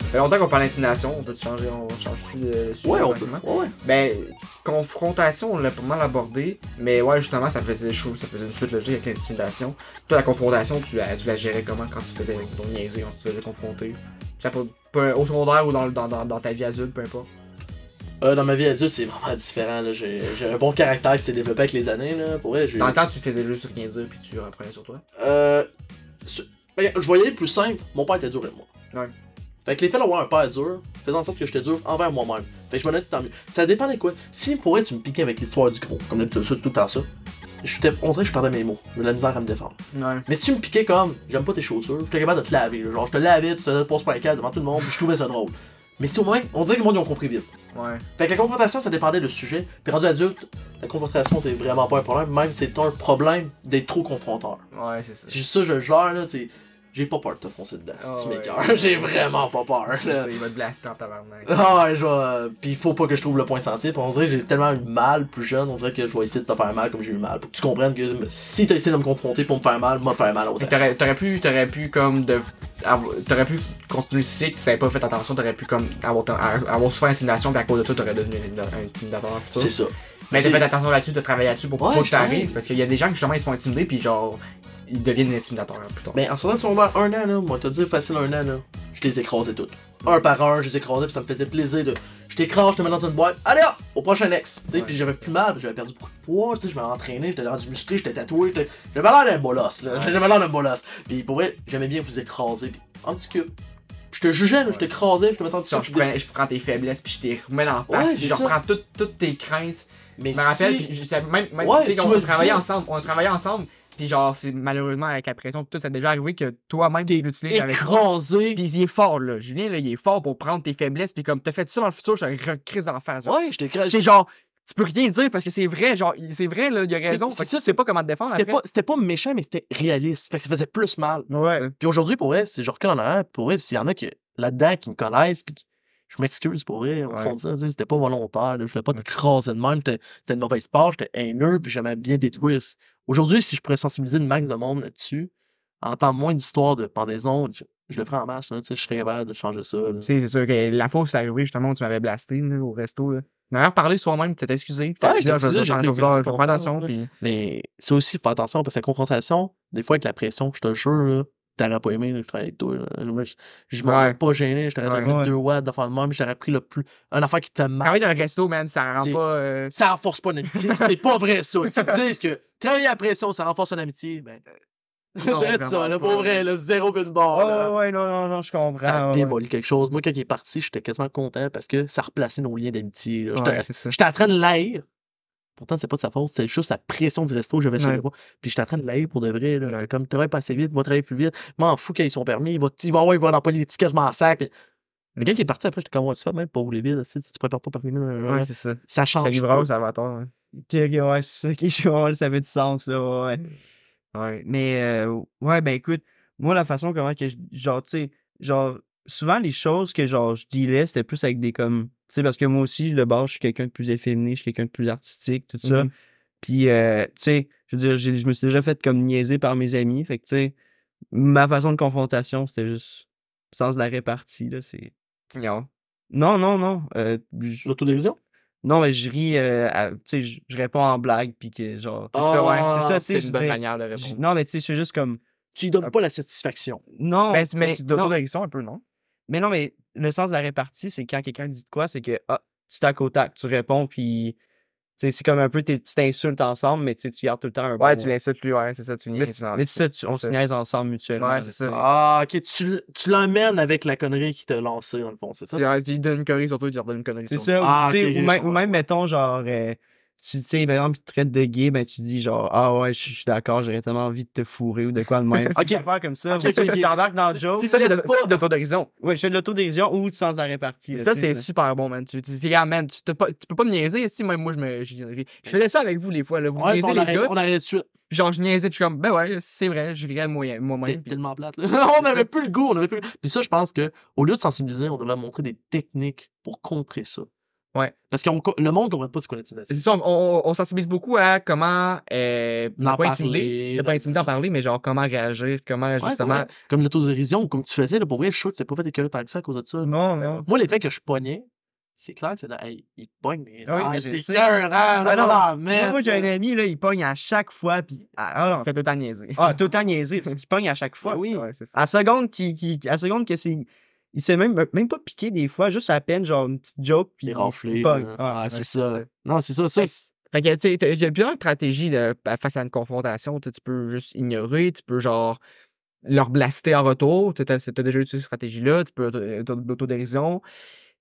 Ça fait longtemps qu'on parle d'intimidation, on peut changer, on change de sujet. Ouais, on peut. tranquillement. Ouais, ouais. Ben, confrontation, on l'a pas mal abordé, mais ouais, justement, ça faisait chaud, ça faisait une suite logique avec l'intimidation. Toi, la confrontation, tu la, tu la gérais comment quand tu faisais ton niaiser, quand tu te faisais confronter ça peut, peu- Au secondaire ou dans, dans, dans, dans ta vie adulte, peu importe. Euh, dans ma vie adulte, c'est vraiment différent. là. J'ai j'ai un bon caractère qui s'est développé avec les années. Là. Pour vrai, j'ai. Dans le temps, tu faisais juste niaiser puis tu reprenais sur toi. Euh, ce- ben, je voyais le plus simple, mon père était dur avec moi. Ouais. Fait que l'effet d'avoir un père dur faisait en sorte que j'étais dur envers moi-même. Fait que je me donnais tout le temps mieux. Ça dépendait quoi. Si pour vrai, tu me piquais avec l'histoire du gros, comme d'habitude, ça, tout le temps ça, je t'ai- on dirait que je perdais mes mots. J'avais de la misère à me défendre. Ouais. Mais si tu me piquais comme, j'aime pas tes chaussures, j'étais capable de te laver. là. Genre, je te lavais, tu te donnais pour le devant tout le monde, puis je trouvais ça drôle. Mais si au moins, on dirait que le monde ils ont compris vite. Ouais. Fait que la confrontation, ça dépendait du sujet. Puis rendu adulte, la confrontation, c'est vraiment pas un problème. Même, c'est un problème d'être trop confronteur. Ouais, c'est ça. J'ai ça, je le gère, là, c'est. J'ai pas peur de te foncer dedans, Ah si tu ouais. m'écœures. J'ai vraiment pas peur, là. Ça, Il va te blaster en tabarnak. Ah ouais, je vais. Pis faut pas que je trouve le point sensible. On dirait que j'ai tellement eu mal plus jeune, on dirait que je vais essayer de te faire mal comme j'ai eu mal. Pour que tu comprennes que si t'as essayé de me confronter pour me faire mal, moi te faire mal Fait autant. que T'aurais, t'aurais pu, t'aurais pu comme de, avo- t'aurais pu continuer le cycle, si t'avais pas fait attention, t'aurais pu comme avoir, ton- a- avoir souffert l'intimidation, puis à cause de ça, t'aurais devenu un intimidateur- un intimidateur dans le C'est futur. ça. Mais t'as t'sais- fait attention là-dessus, de travailler là-dessus pour Ouais, pas que ça je arrive, sais. parce qu'il y a des gens qui justement ils se font intimider, puis genre, ils deviennent intimidateurs plus tard. Mais en sortant de secondaire un an, là, moi, t'as dit facile un an, là, je les écrasais toutes. Un par un, je les écrasais, puis ça me faisait plaisir de. Je t'écrase, je te mets dans une boîte, allez hop, au prochain ex. Tu sais, Ouais, puis j'avais c'est plus mal, puis j'avais perdu beaucoup de poids, tu sais, je m'avais entraîné, j'étais rendu musclé, j'étais tatoué, j'étais- j'avais l'air d'un bolos, là. J'avais l'air d'un bolos. Puis pour vrai, j'aimais bien vous écraser, puis un petit cul. Je te jugeais, là, je t'écrasais, je te mettais en Genre, je prends, je prends tes faiblesses, puis je t'ai remets en face, Ouais, puis c'est je ça. reprends toutes toutes tes craintes. Mais Je me rappelle, si- puis je- ça- même, même Ouais, tu sais, tu qu'on- me on le travaillait dis. ensemble, on travaillait ensemble, puis genre, c'est malheureusement avec la pression, puis tout, ça a déjà arrivé que toi-même, tu l'utilises avec écrasé. Pis il est fort, là. Julien, là, il est fort pour prendre tes faiblesses. Puis comme t'as fait ça dans le futur, je te recrise en face. genre. Ouais, je t'écrasais. J'ai genre, tu peux rien dire parce que c'est vrai, genre, il- c'est vrai, là, il a raison. C'est Fait que ça, tu sais pas comment te défendre. C'était après. pas, c'était pas méchant, mais c'était réaliste. Fait que ça faisait plus mal. Ouais. Puis aujourd'hui, pour vrai, c'est genre en arrière, pour vrai, s'il y en a qui là-dedans qui me connaissent, puis qui- je m'excuse pour vrai, on Ouais. fond de ça, tu sais, c'était pas volontaire, là, je voulais pas me craser de même, c'était c'était une mauvaise part, j'étais haineux, puis j'aimais bien détruire. Aujourd'hui, si je pourrais sensibiliser le max de monde là-dessus, entendre moins d'histoires de pendaison, je, je le ferais en masse, là, tu sais, je serais capable de changer ça. là. Tu sais, Euh, c'est sûr que la fois où c'est arrivé, justement, où tu m'avais blasté là, au resto, là. Tu m'avais reparlé soi-même, tu t'es excusé. Tu t'es Ouais, dit, je t'ai Ah, je vais- je excusé, vais j'ai faire- été je vais faire- je vais vraiment faire attention. content, Puis Mais c'est aussi, faut attention, parce que la confrontation, des fois avec la pression, je te jure, là, t'aurais pas aimé, là, je travaillais avec toi. là. Moi, je je m'aurais Ouais. pas gêné, je t'aurais Ouais. dit Ouais. deux watts d'affaire de même, j'aurais pris le plus. Un affaire qui te marque. travailler dans un resto, man, ça rend C'est- pas. euh, Ça renforce pas une amitié. c'est pas vrai, ça. Si tu dis que travailler la pression, ça renforce une amitié, ben. Non, T'as dit ça, vraiment là, pas. Oh, pour vrai, là, zéro qu'une barre. Ah là. ouais, non, non, non, je Ça comprends. ouais, ouais. démolit quelque chose. Moi, quand il est parti, j'étais quasiment content parce que ça replaçait nos liens d'amitié. là. J'étais- ouais, c'est ça. J'étais en train de l'haïr. Pourtant, c'est pas de sa faute, c'est juste la pression du resto, j'avais sur Ouais. le bras. Puis j'étais en train de l'haïr pour de vrai, là. Ouais. Comme travaille pas assez vite, va travailler plus vite. M'en fous qu'ils sont permis, il va, il va, ouais, il va dans les tickets, je m'en sac. Puis... Le gars qui est parti après, j'étais comme, ouais, tu fais même pas rouler vite, si tu prépares ton permis, là, Ouais, c'est ça. ça Ça change. livre pas. ça va tort. Ok, ok, ouais, c'est ça qui est chaud, ça fait du sens, là, ouais. Ouais. Mais, euh, ouais, ben écoute, moi, la façon comment que je. Genre, tu sais, genre, souvent les choses que, genre, je dealais, c'était plus avec des comme. Tu sais, parce que moi aussi, de base, je suis quelqu'un de plus efféminé, je suis quelqu'un de plus artistique, tout ça. Mhm. Puis, euh, tu sais, je veux dire, j'ai- je me suis déjà fait comme niaiser par mes amis. Fait que, tu sais, ma façon de confrontation, c'était juste. Sens de la répartie, là, c'est. Mignon. Non, non, non. euh, je- L'autodérision? Non, mais je ris, euh, à- tu sais, je je réponds en blague, puis que, genre. C'est ça, ouais. Ah, C'est ça, tu sais. je C'est une bonne dirais- manière de je- répondre. Non, mais tu sais, je suis juste comme. Tu lui donnes pas la satisfaction. Non, Mais Oh, mais mais, c'est non, d'autodérision un peu, non? mais non, mais le sens de la répartie, c'est quand quelqu'un dit de quoi, c'est que ah, tu tac au tac, tu réponds, puis tu sais, c'est comme un peu, t'es- tu t'insultes ensemble, mais tu sais, tu gardes tout le temps un Ouais, bon- tu l'insultes lui, ouais, c'est ça, tu Mais, niaises. tu- dans- mais tu sais, tu- on c'est se ça. niaise ensemble mutuellement. Ouais, c'est ça. Ah, ok, tu, l- tu l'emmènes avec la connerie qui t'a lancé, dans le fond, c'est ça? Tu leur dis, donne une connerie sur toi, tu leur donnes une connerie C'est sur ça. ou, Ah, tu sais, ok, ok, ou, je même, ou comprends. même, mettons, genre, euh, tu tu sais, par exemple, il te traite de gay, ben tu dis genre, ah ouais, je je suis d'accord, j'aurais tellement envie de te fourrer ou de quoi de même. Tu peux Ok. faire comme ça, Ok, ou tu ok, ok. t'embarques dans le joke. toi. Ça, c'est de- Laisse pas. c'est d'autodérision. Ouais, je fais de l'autodérision ou du sens de la répartie. là, Ça, tu sais, c'est super bon, man. Tu tu dis, regarde, man, tu, t'as pas- tu peux pas me niaiser. Si, même moi, je me. Je, je faisais ça avec vous, les fois, là. Vous Ouais, puis niaisez, on, les arrête, gars. on arrête tout de suite. puis Genre, je niaisais, je suis comme, ben ouais, c'est vrai, je regarde moi- T'es moi-même. puis- tellement plate, là. on C'est ça. avait plus le goût, on avait plus le goût. Puis ça, je pense que, au lieu de sensibiliser, on devrait montrer des techniques pour contrer ça. Ouais. Parce que le monde comprend pas ce qu'on l'intimidation. C'est ça, on, on, on sensibilise beaucoup à comment. Euh, N'en pas intimider. parler. de Pas intimider d'en parler, mais genre comment réagir, comment Ouais, justement. ouais. Comme l'autodérision, comme tu faisais, là, pour vrai, je suis sûr que t'as pas fait des curieux tant que ça à cause de ça. Non, Ben non. Moi, l'effet que je pognais, c'est clair que c'est de, hey, il pogne, mais. Ah oui, ah, mais c'est je sais. écœurant, là, Ah non, Moi, là, merde. moi, j'ai un ami, là, il pogne à chaque fois, puis. Ah, ah, non. Fait peut pas niaiser. Ah, tout le temps niaisé, parce qu'il pogne à chaque Ah fois. oui. Ouais, c'est Ah, ça. À seconde, qui, qui, à seconde que c'est. Il s'est même, même pas piqué des fois, juste à peine, genre une petite joke, puis Il est renflé. il pogne. là. Ah, Ah, ouais. c'est ça. Non, c'est ça, ça. c'est- Fait que, tu sais, t'as- il y a plusieurs stratégies là, pa- face à une confrontation. Tu sais, tu peux juste ignorer, tu peux genre leur blaster en retour. Tu as, déjà utilisé cette stratégie-là, tu peux auto- euh, auto- l'autodérision.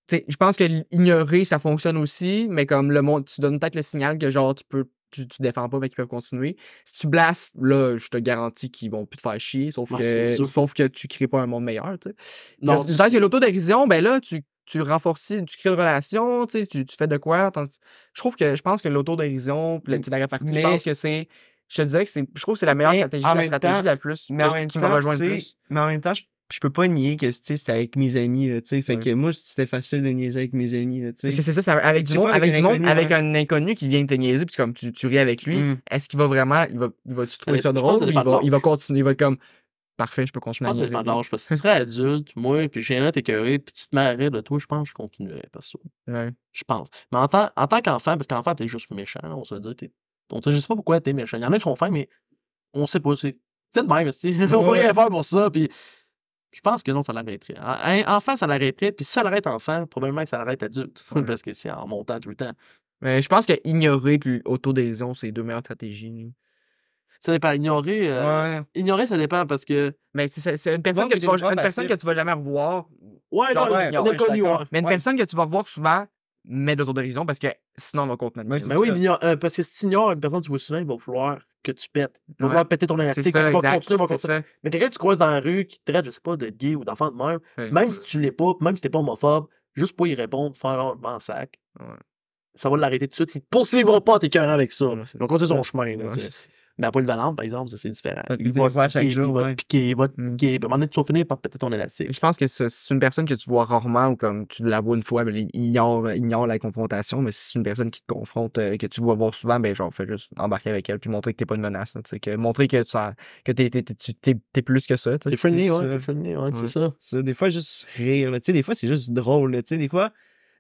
Tu sais, je pense que l'ignorer, ça fonctionne aussi, mais comme le monde, tu donnes peut-être le signal que genre tu peux. Tu, tu défends pas, mais qu'ils peuvent continuer. Si tu blastes, là, je te garantis qu'ils vont plus te faire chier, sauf, Ouais, Bah, c'est que, sûr. sauf que tu crées pas un monde meilleur, tu sais. Non, Non, tu- tu que l'autodérision, ben là, tu, tu renforces, tu crées une relation, tu, sais, tu, tu fais de quoi. tandis- Je trouve que je pense que l'autodérision, pis la petite répartie, Mais- je pense que c'est. Je te dirais que c'est. Je trouve que c'est la meilleure Mais stratégie, en la même stratégie temps- la plus. mais que- en même qui me temps, rejoint le tu sais, plus. Mais en même temps, je, je peux pas nier que tu sais, c'était avec mes amis, là, tu sais. Fait Ouais. que moi, c'était facile de niaiser avec mes amis, là, tu C'est sais. c'est ça, ça- avec Je du sais monde, pas, avec, avec du un monde, inconnu, avec ouais. un inconnu qui vient te niaiser, puis comme tu, tu ris avec lui, Mm. est-ce qu'il va vraiment. Il va, il va tu trouver Euh, ça je pense drôle que ça ou il dépend de va, l'âge. il va continuer, il va être comme. Parfait, je peux Je continuer à pense que niaiser. Ah, ça dépend de l'âge. Parce que si tu serais adulte, moi, puis j'ai un t'es écœuré, puis tu te marrais de toi, je pense que je continuerais, perso. Ouais. Je pense. Mais en tant, en tant qu'enfant, parce qu'enfant, t'es juste méchant, on se le dit. t'es- On sait, je sais pas pourquoi t'es méchant. Il y en a qui sont fins, mais on sait pas. C'est c'est de même, c'est- on peut Ouais. rien faire pour ça. Puis je pense que non, ça l'arrêterait. En- en- Enfant, ça l'arrêterait. Puis si ça l'arrête enfant, probablement que ça l'arrête adulte. Ouais. parce que c'est en montant tout le temps. Mais je pense que ignorer puis autodérision, c'est les deux meilleures stratégies. Ça dépend. Ignorer, euh, Ouais. ignorer, ça dépend parce que. Mais c'est- c'est c'est une personne, Ouais, que mais tu, j'ai vas, une voix une personne que passive. tu vas jamais revoir, Ouais, Genre, non, ouais, on ouais, est suis je connu. d'accord. ouais. Mais une Ouais. personne que tu vas voir souvent, mais d'autodérision, parce que sinon, on va contenir. Ouais, Mais C'est oui, ça. l'ignore- euh, parce que si tu ignores une personne que tu vois souvent, il va vouloir que tu pètes. Il va Ouais. vouloir péter ton c'est élastique. Il ça, va exact. continuer, il va C'est continuer. ça. Mais quelqu'un que tu croises dans la rue qui te traite, je sais pas, de gay ou d'enfant de même, Ouais. même si tu l'es pas, même si t'es pas homophobe, juste pour y répondre, faire un bon sac, Ouais. ça va l'arrêter tout de suite. Ils te poursuivront pas tes cœurs avec ça. Ouais, c'est- Ils vont continuer son chemin. Là, Ouais, tu sais. c'est- Mais après le Valente, par exemple, ça c'est différent. T'as le Il va plaisir à te chaque piquer, jour, il va ouais. te piquer, il va te Mm. piquer. Puis à un moment donné, tu vas finir par péter ton élastique. Je pense que ça, si c'est une personne que tu vois rarement ou comme tu la vois une fois, ben, il ignore, ignore la confrontation, mais si c'est une personne qui te confronte, euh, que tu vas voir souvent, ben genre fais juste embarquer avec elle puis montrer que t'es pas une menace. là, tu sais, que, montrer que, ça, que t'es, t'es, t'es, tu- t'es- t'es plus que ça. tu sais. T'es friendly, c'est ouais, ça. t'es friendly, ouais, c'est Ouais. ça. Ça, des fois, juste rire, là. Tu sais, des fois, c'est juste drôle, là. Tu sais, des fois,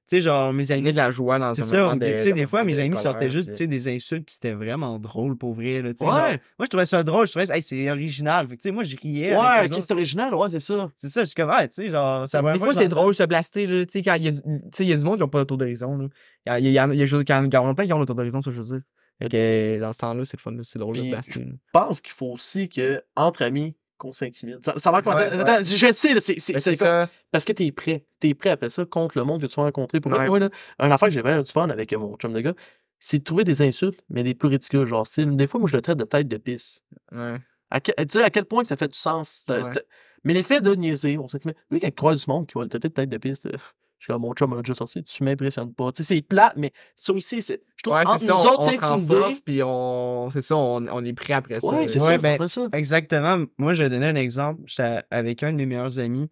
tu sais, genre, mes Amener amis. de la joie dans C'est un ça, moment tu de- sais, des fois, de mes amis colère, sortaient juste, puis- tu sais, des insultes, puis c'était vraiment drôle pour vrai, là. tu sais, genre. Ouais, Moi, je trouvais ça drôle, je trouvais, ça- hey, c'est original. Fait que, tu sais, moi, je riais. ouais, avec ok, eux autres. c'est original, ouais, c'est ça. C'est ça, je suis comme, ah, tu sais, genre, ça Des fois, c'est drôle se blaster, là. Tu sais, quand il y a, du- tu sais, il y a du monde qui n'ont pas d'autodérision, là. Il y a, il y a, il y a juste- quand- quand on a plein qui ont l'autodérision, ça, je veux dire. Fait que dans ce temps-là, c'est le fun, là, c'est drôle de se Puis, blaster. là. Je pense qu'il faut aussi que, entre amis, qu'on s'intimide. Ça, ça va qu'on- Ouais, Attends, je je sais, là, c'est- c'est Mais c'est Ben, C'est comme- ça. Parce que t'es prêt. T'es prêt après ça contre le monde que tu vas rencontrer. Pour Ouais. moi, là, un affaire que j'ai vraiment eu du fun avec euh, mon chum de gars, c'est de trouver des insultes, mais des plus ridicules. Genre, style, des fois, moi, je le traite de tête de pisse. Ouais. À que- tu sais, à quel point que ça fait du sens. c'est- Ouais. c'est- Mais l'effet de niaiser, on s'intimide. Lui, quand il croise du monde qui va le traiter de tête de pisse, là, je suis comme, mon chum, on l'a déjà sorti, tu m'impressionnes pas. Tu sais, c'est plat, mais ça aussi, c'est- je trouve, Ouais, entre c'est nous ça. On, autres, on se s'intimider. renforce, puis on. C'est ça, on, on est prêt après ça. Ouais, c'est là. ça, Ouais, c'est ben, après ça. Exactement. Moi, je vais donner un exemple. J'étais avec un de mes meilleurs amis.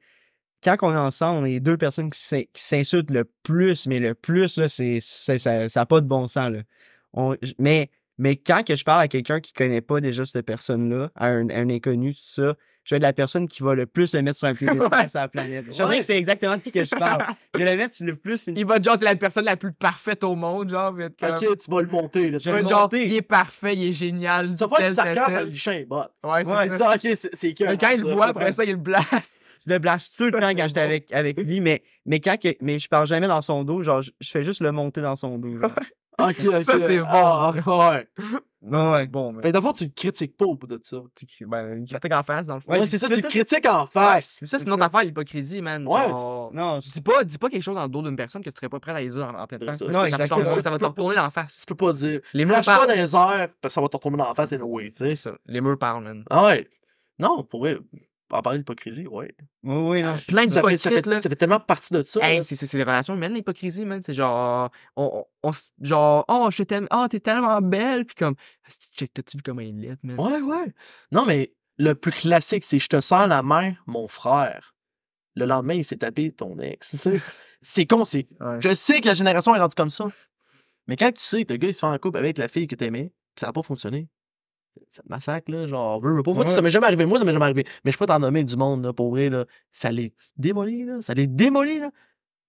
Quand on est ensemble, on est deux personnes qui s'in- qui s'insultent le plus, mais le plus, là, c'est, c'est- ça n'a pas de bon sens. Là. On- j- mais, mais quand que je parle à quelqu'un qui connaît pas déjà cette personne-là, à un, à un inconnu, tout ça, je vais être la personne qui va le plus le mettre sur un piédestal Ouais. sur la planète. Je Ouais. sais que c'est exactement de qui que je parle. je vais le mettre sur le plus. Il va genre, c'est la personne la plus parfaite au monde, genre. puis être comme- Ok, tu vas le monter. Là, tu tu vas vas le être monter. genre, il est parfait, il est génial. Ça va être tel, du tel, sarcasme à tel. Lucien, bot. Ouais, c'est Ouais, ça. Ça, ok, c'est- c'est que. Mais Quand il le voit, après ça, il le blast. je le blast tout le temps quand j'étais avec, avec lui, mais, mais quand que- mais je parle jamais dans son dos, genre, je, je fais juste le monter dans son dos. genre. Ok, ok. Ça, c'est bon. Ah, ah, ouais. Ouais. Bon, mais. Fait que d'abord, tu le critiques pas au bout de ça. tu- Ben, il critique en face, dans le fond. Ouais, Ouais, c'est ça, tu tout- le critiques en face. Ça, c'est une autre affaire, l'hypocrisie, man. Ouais, Genre, Non, Dis pas, dis pas quelque chose dans le dos d'une personne que tu serais pas prêt à les dire en, en plein C'est temps. ça. Ça, Non, ça, va te exactement. retourner- ça va te retourner en face. Tu peux pas dire. Les murs Lâche pas parlent. dans les airs, parce que ça va te retomber dans la face, et oui, tu sais. C'est ça. Les murs parlent, man. Ah ouais. Non, pour vrai, en parler d'hypocrisie, ouais. Oui, oui, non. Plein de Ça fait, ça, fait, hypocrites, là. ça fait tellement partie de ça. Hey, là. c'est, c'est, c'est les relations humaines, l'hypocrisie, man. C'est genre, on, on, on s- genre, oh, je t'aime, oh, t'es tellement belle, puis comme, Asti, check, t'as-tu vu comment il est, man? Ouais, ouais. Non, mais le plus classique, c'est je te sens la main, mon frère. le lendemain, il s'est tapé ton ex. tu sais. c'est con, c'est. Ouais. Je sais que la génération est rendue comme ça. Mais quand tu sais que le gars, il se fait en couple avec la fille que t'aimais, pis ça n'a pas fonctionné, ça te massacre, là. Genre, veux, veux pas. Moi, Ouais. ça m'est jamais arrivé. Moi, ça m'est jamais arrivé. Mais je peux t'en nommer du monde, là, pour vrai, là. Ça les démolit, là. Ça les démolit, là.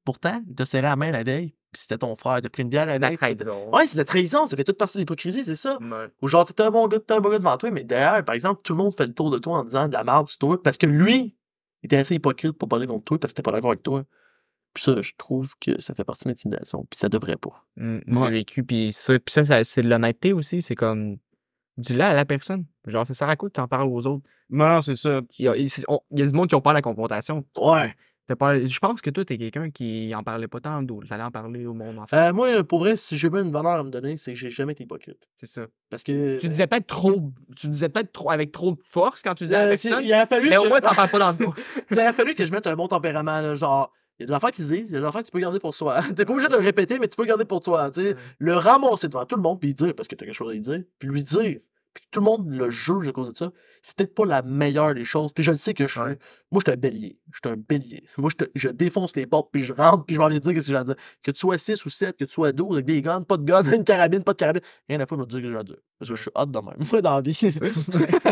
Pourtant, il t'a serré la main la veille, pis c'était ton frère, t'as pris une bière avec. Ouais, drôle. Ben, Ouais, c'est de la trahison, ça fait toute partie de l'hypocrisie, c'est ça. Ouais. Ou genre, t'es un bon gars, t'es un bon gars devant toi, mais derrière, par exemple, tout le monde fait le tour de toi en disant de la merde sur toi, parce que lui, il était assez hypocrite pour parler contre toi, parce que t'es pas d'accord avec toi. Puis ça, je trouve que ça fait partie de l'intimidation, puis ça devrait pas. Mm, Ouais. J'ai vécu, puis ça, puis ça, ça- c'est de l'honnêteté aussi. C'est comme, dis-le à la personne. Genre, ça sert à quoi que t'en parles aux autres? Non, non, c'est ça. Il y a, il- c'est- on- il y a du monde qui ont peur de la confrontation. Ouais. T'as peur- je pense que toi, t'es quelqu'un qui en parlait pas tant, d'où t'allais en parler au monde, en fait. Euh, moi, pour vrai, si j'ai bien une valeur à me donner, c'est que j'ai jamais été hypocrite. C'est ça. Parce que. Euh, Tu disais peut-être trop, tu disais peut-être trop, avec trop de force quand tu disais à la Euh, c'est- personne, il a fallu mais au que- moins, t'en parles pas dans le dos. Il a fallu que je mette un bon tempérament, là, genre. Il y a des affaires qui se disent, il y a des affaires que tu peux garder pour soi. T'es pas obligé de le répéter, mais tu peux le garder pour toi. tu sais. Le ramasser devant tout le monde, puis lui dire, parce que t'as quelque chose à lui dire, puis lui dire, puis que tout le monde le juge à cause de ça, c'est peut-être pas la meilleure des choses. Puis je le sais que je suis. Ouais. Moi, je suis un bélier. Je suis un bélier. Moi, je, te- je défonce les portes, puis je rentre, puis je m'en viens dire qu'est-ce que j'ai à dire. Que tu sois 6 ou 7, que tu sois 12, avec des guns, pas de guns, une carabine, pas de carabine. Rien à foutre de me dire que j'ai à dire. Parce que je suis hot de même. Moi, dans la vie.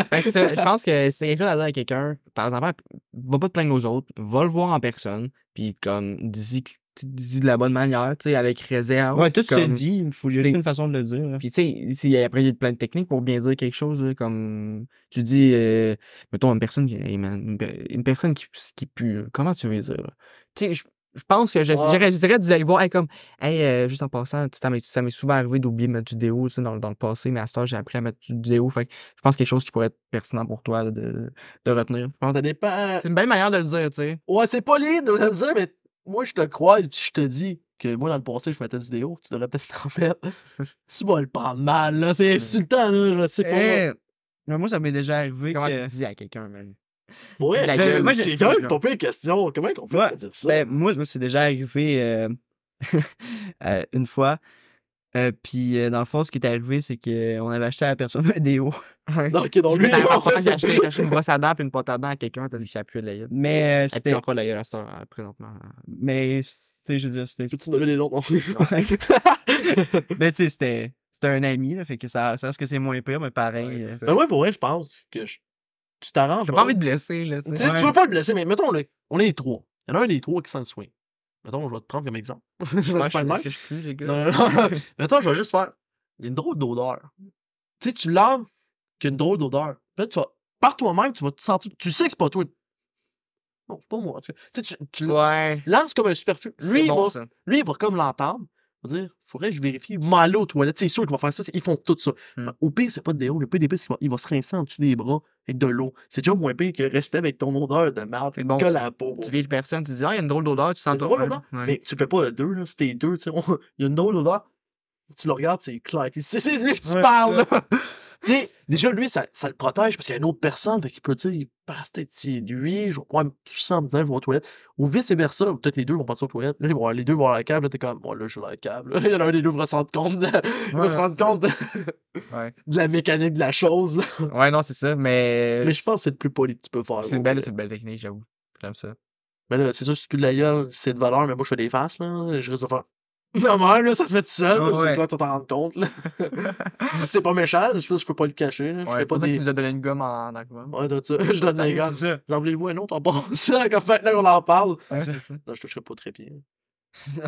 Fait que ça, je pense que si t'as quelque chose à dire à quelqu'un, par exemple, va pas te plaindre aux autres, va le voir en personne, puis comme, dis, dis de la bonne manière, tu sais, avec réserve. Ouais, tout se comme- dit, il faut il y a une façon de le dire. hein. là. Puis tu sais, si- après, il y a plein de techniques pour bien dire quelque chose, là, comme tu dis, euh, mettons, une personne, qui- hey, man, une, per- une personne qui, qui pue, là, comment tu veux dire? là? Tu sais, je je pense que je, Ouais. dirais, je dirais d'aller voir, hey, comme, hey, euh, juste en passant, tu sais, ça m'est- ça m'est souvent arrivé d'oublier de mettre du déo, tu sais, dans, dans le passé, mais à cette heure, j'ai appris à mettre du déo, fait que je pense quelque chose qui pourrait être pertinent pour toi là, de, de retenir. Je pense que Ça dépend. C'est une belle manière de le dire, tu sais. Ouais, c'est pas libre de me dire, mais moi, je te crois et je te dis que moi, dans le passé, je mettais du déo. Tu devrais peut-être t'en mettre. tu vas le prendre mal, là. C'est insultant, là. Je sais pas. Eh, Mais moi, ça m'est déjà arrivé Comment que- tu dis à quelqu'un, man? Ouais, la mais gueule, moi, c'est c'est quand même genre- pas plein de questions. Comment qu'on fait Ouais, pour dire ça? Ben, moi, je me suis déjà arrivé euh, euh, une fois. Euh, puis, euh, dans le fond, ce qui est arrivé, c'est qu'on avait acheté à la personne un déo. non, ok, donc Je vais lui, t'apprendre en fait, à c'est- acheter acheter une brosse à dents puis une pâte à dents à quelqu'un, t'as dit qu'il appuie la gueule. Mais euh, Elle pue c'était. encore la gueule à cette heure, euh, présentement. Mais, tu sais, je veux dire, c'était. Peux-tu nommer les noms? non? mais, tu sais, c'était. C'était un ami, là, fait que ça, ça reste que c'est moins pire, mais pareil. Ouais, euh, c'est Mais Ben, moi, pour vrai, je pense que je- tu t'arranges. J'ai ouais. pas envie de blesser, là. tu Tu sais. sais, Ouais. Tu veux pas le blesser, mais mettons, là, on est les trois. Il y en a un des trois qui s'en soigne. Mettons, je vais te prendre comme exemple. je vais te Ouais, faire le je même. suis- je suis les gars. Non, non, non. Mettons, je vais juste faire. Il y a une drôle d'odeur. Tu sais, tu laves qu'il y a une drôle d'odeur. Puis Là, tu vas, par toi-même, tu vas te sentir. Tu sais que c'est pas toi. Non, c'est pas moi. Tu sais, tu, tu Ouais. lances comme un superflu. C'est Lui, il bon, va- ça. lui, il va comme l'entendre. Il va dire, faudrait que je vérifie. M'aller aux toilettes. C'est sûr qu'il va faire ça. c'est- Ils font tout ça. Hmm. Au pire, c'est pas de déo. Le pire des pires, c'est qu'il va- il va se rincer en dessous des bras avec de l'eau. C'est déjà moins pire que rester avec ton odeur de merde. C'est bon, Colle ça. à la peau. Tu vises personne, tu dis, ah, il y a une drôle d'odeur, tu sens C'est drôle, non? Ouais. Mais tu le fais pas à deux, là. C'était deux, tu sais. on- Il y a une drôle là. Tu le regardes, c'est clair. que C'est c'est de lui que tu Ouais, parles, là. tu sais, déjà, lui, ça, ça le protège parce qu'il y a une autre personne. Fait qu'il peut dire, il passe peut-être, c'est lui, je vais prendre un petit sang, putain, je vais aux toilettes. Ou vice-versa, ou peut-être les deux vont passer aux toilettes. Là, ils vont- les deux vont à la cave, là, t'es comme, moi, là, je suis dans la cave. là. Il y en a un des deux qui va se rendre compte, de, il va se rendre compte de, Ouais. de la mécanique de la chose. Ouais, non, c'est ça, mais. Mais je pense que c'est le plus poli que tu peux faire. Euh, C'est une ouais. belle, c'est une belle technique, j'avoue. J'aime ça. Mais Ben là, c'est sûr, si tu pues de la gueule, c'est de valeur, mais moi, je fais des faces, là. Je risque de faire. Non, même, là, ça se fait tout seul. Ah, C'est ouais. toi, tu t'en rends compte, là. Si c'est pas méchant, je pense que je peux pas le cacher, là. je fais Ouais, pas pour ça des. qu'il nous a donné une gomme en en aquarium. Ouais, de ça. Je donne des gars. c'est ça. J'en voulais le voir un autre en passe, là, comme maintenant qu'on en parle. Ouais, c'est ça. Non, je toucherai pas au trépied. là.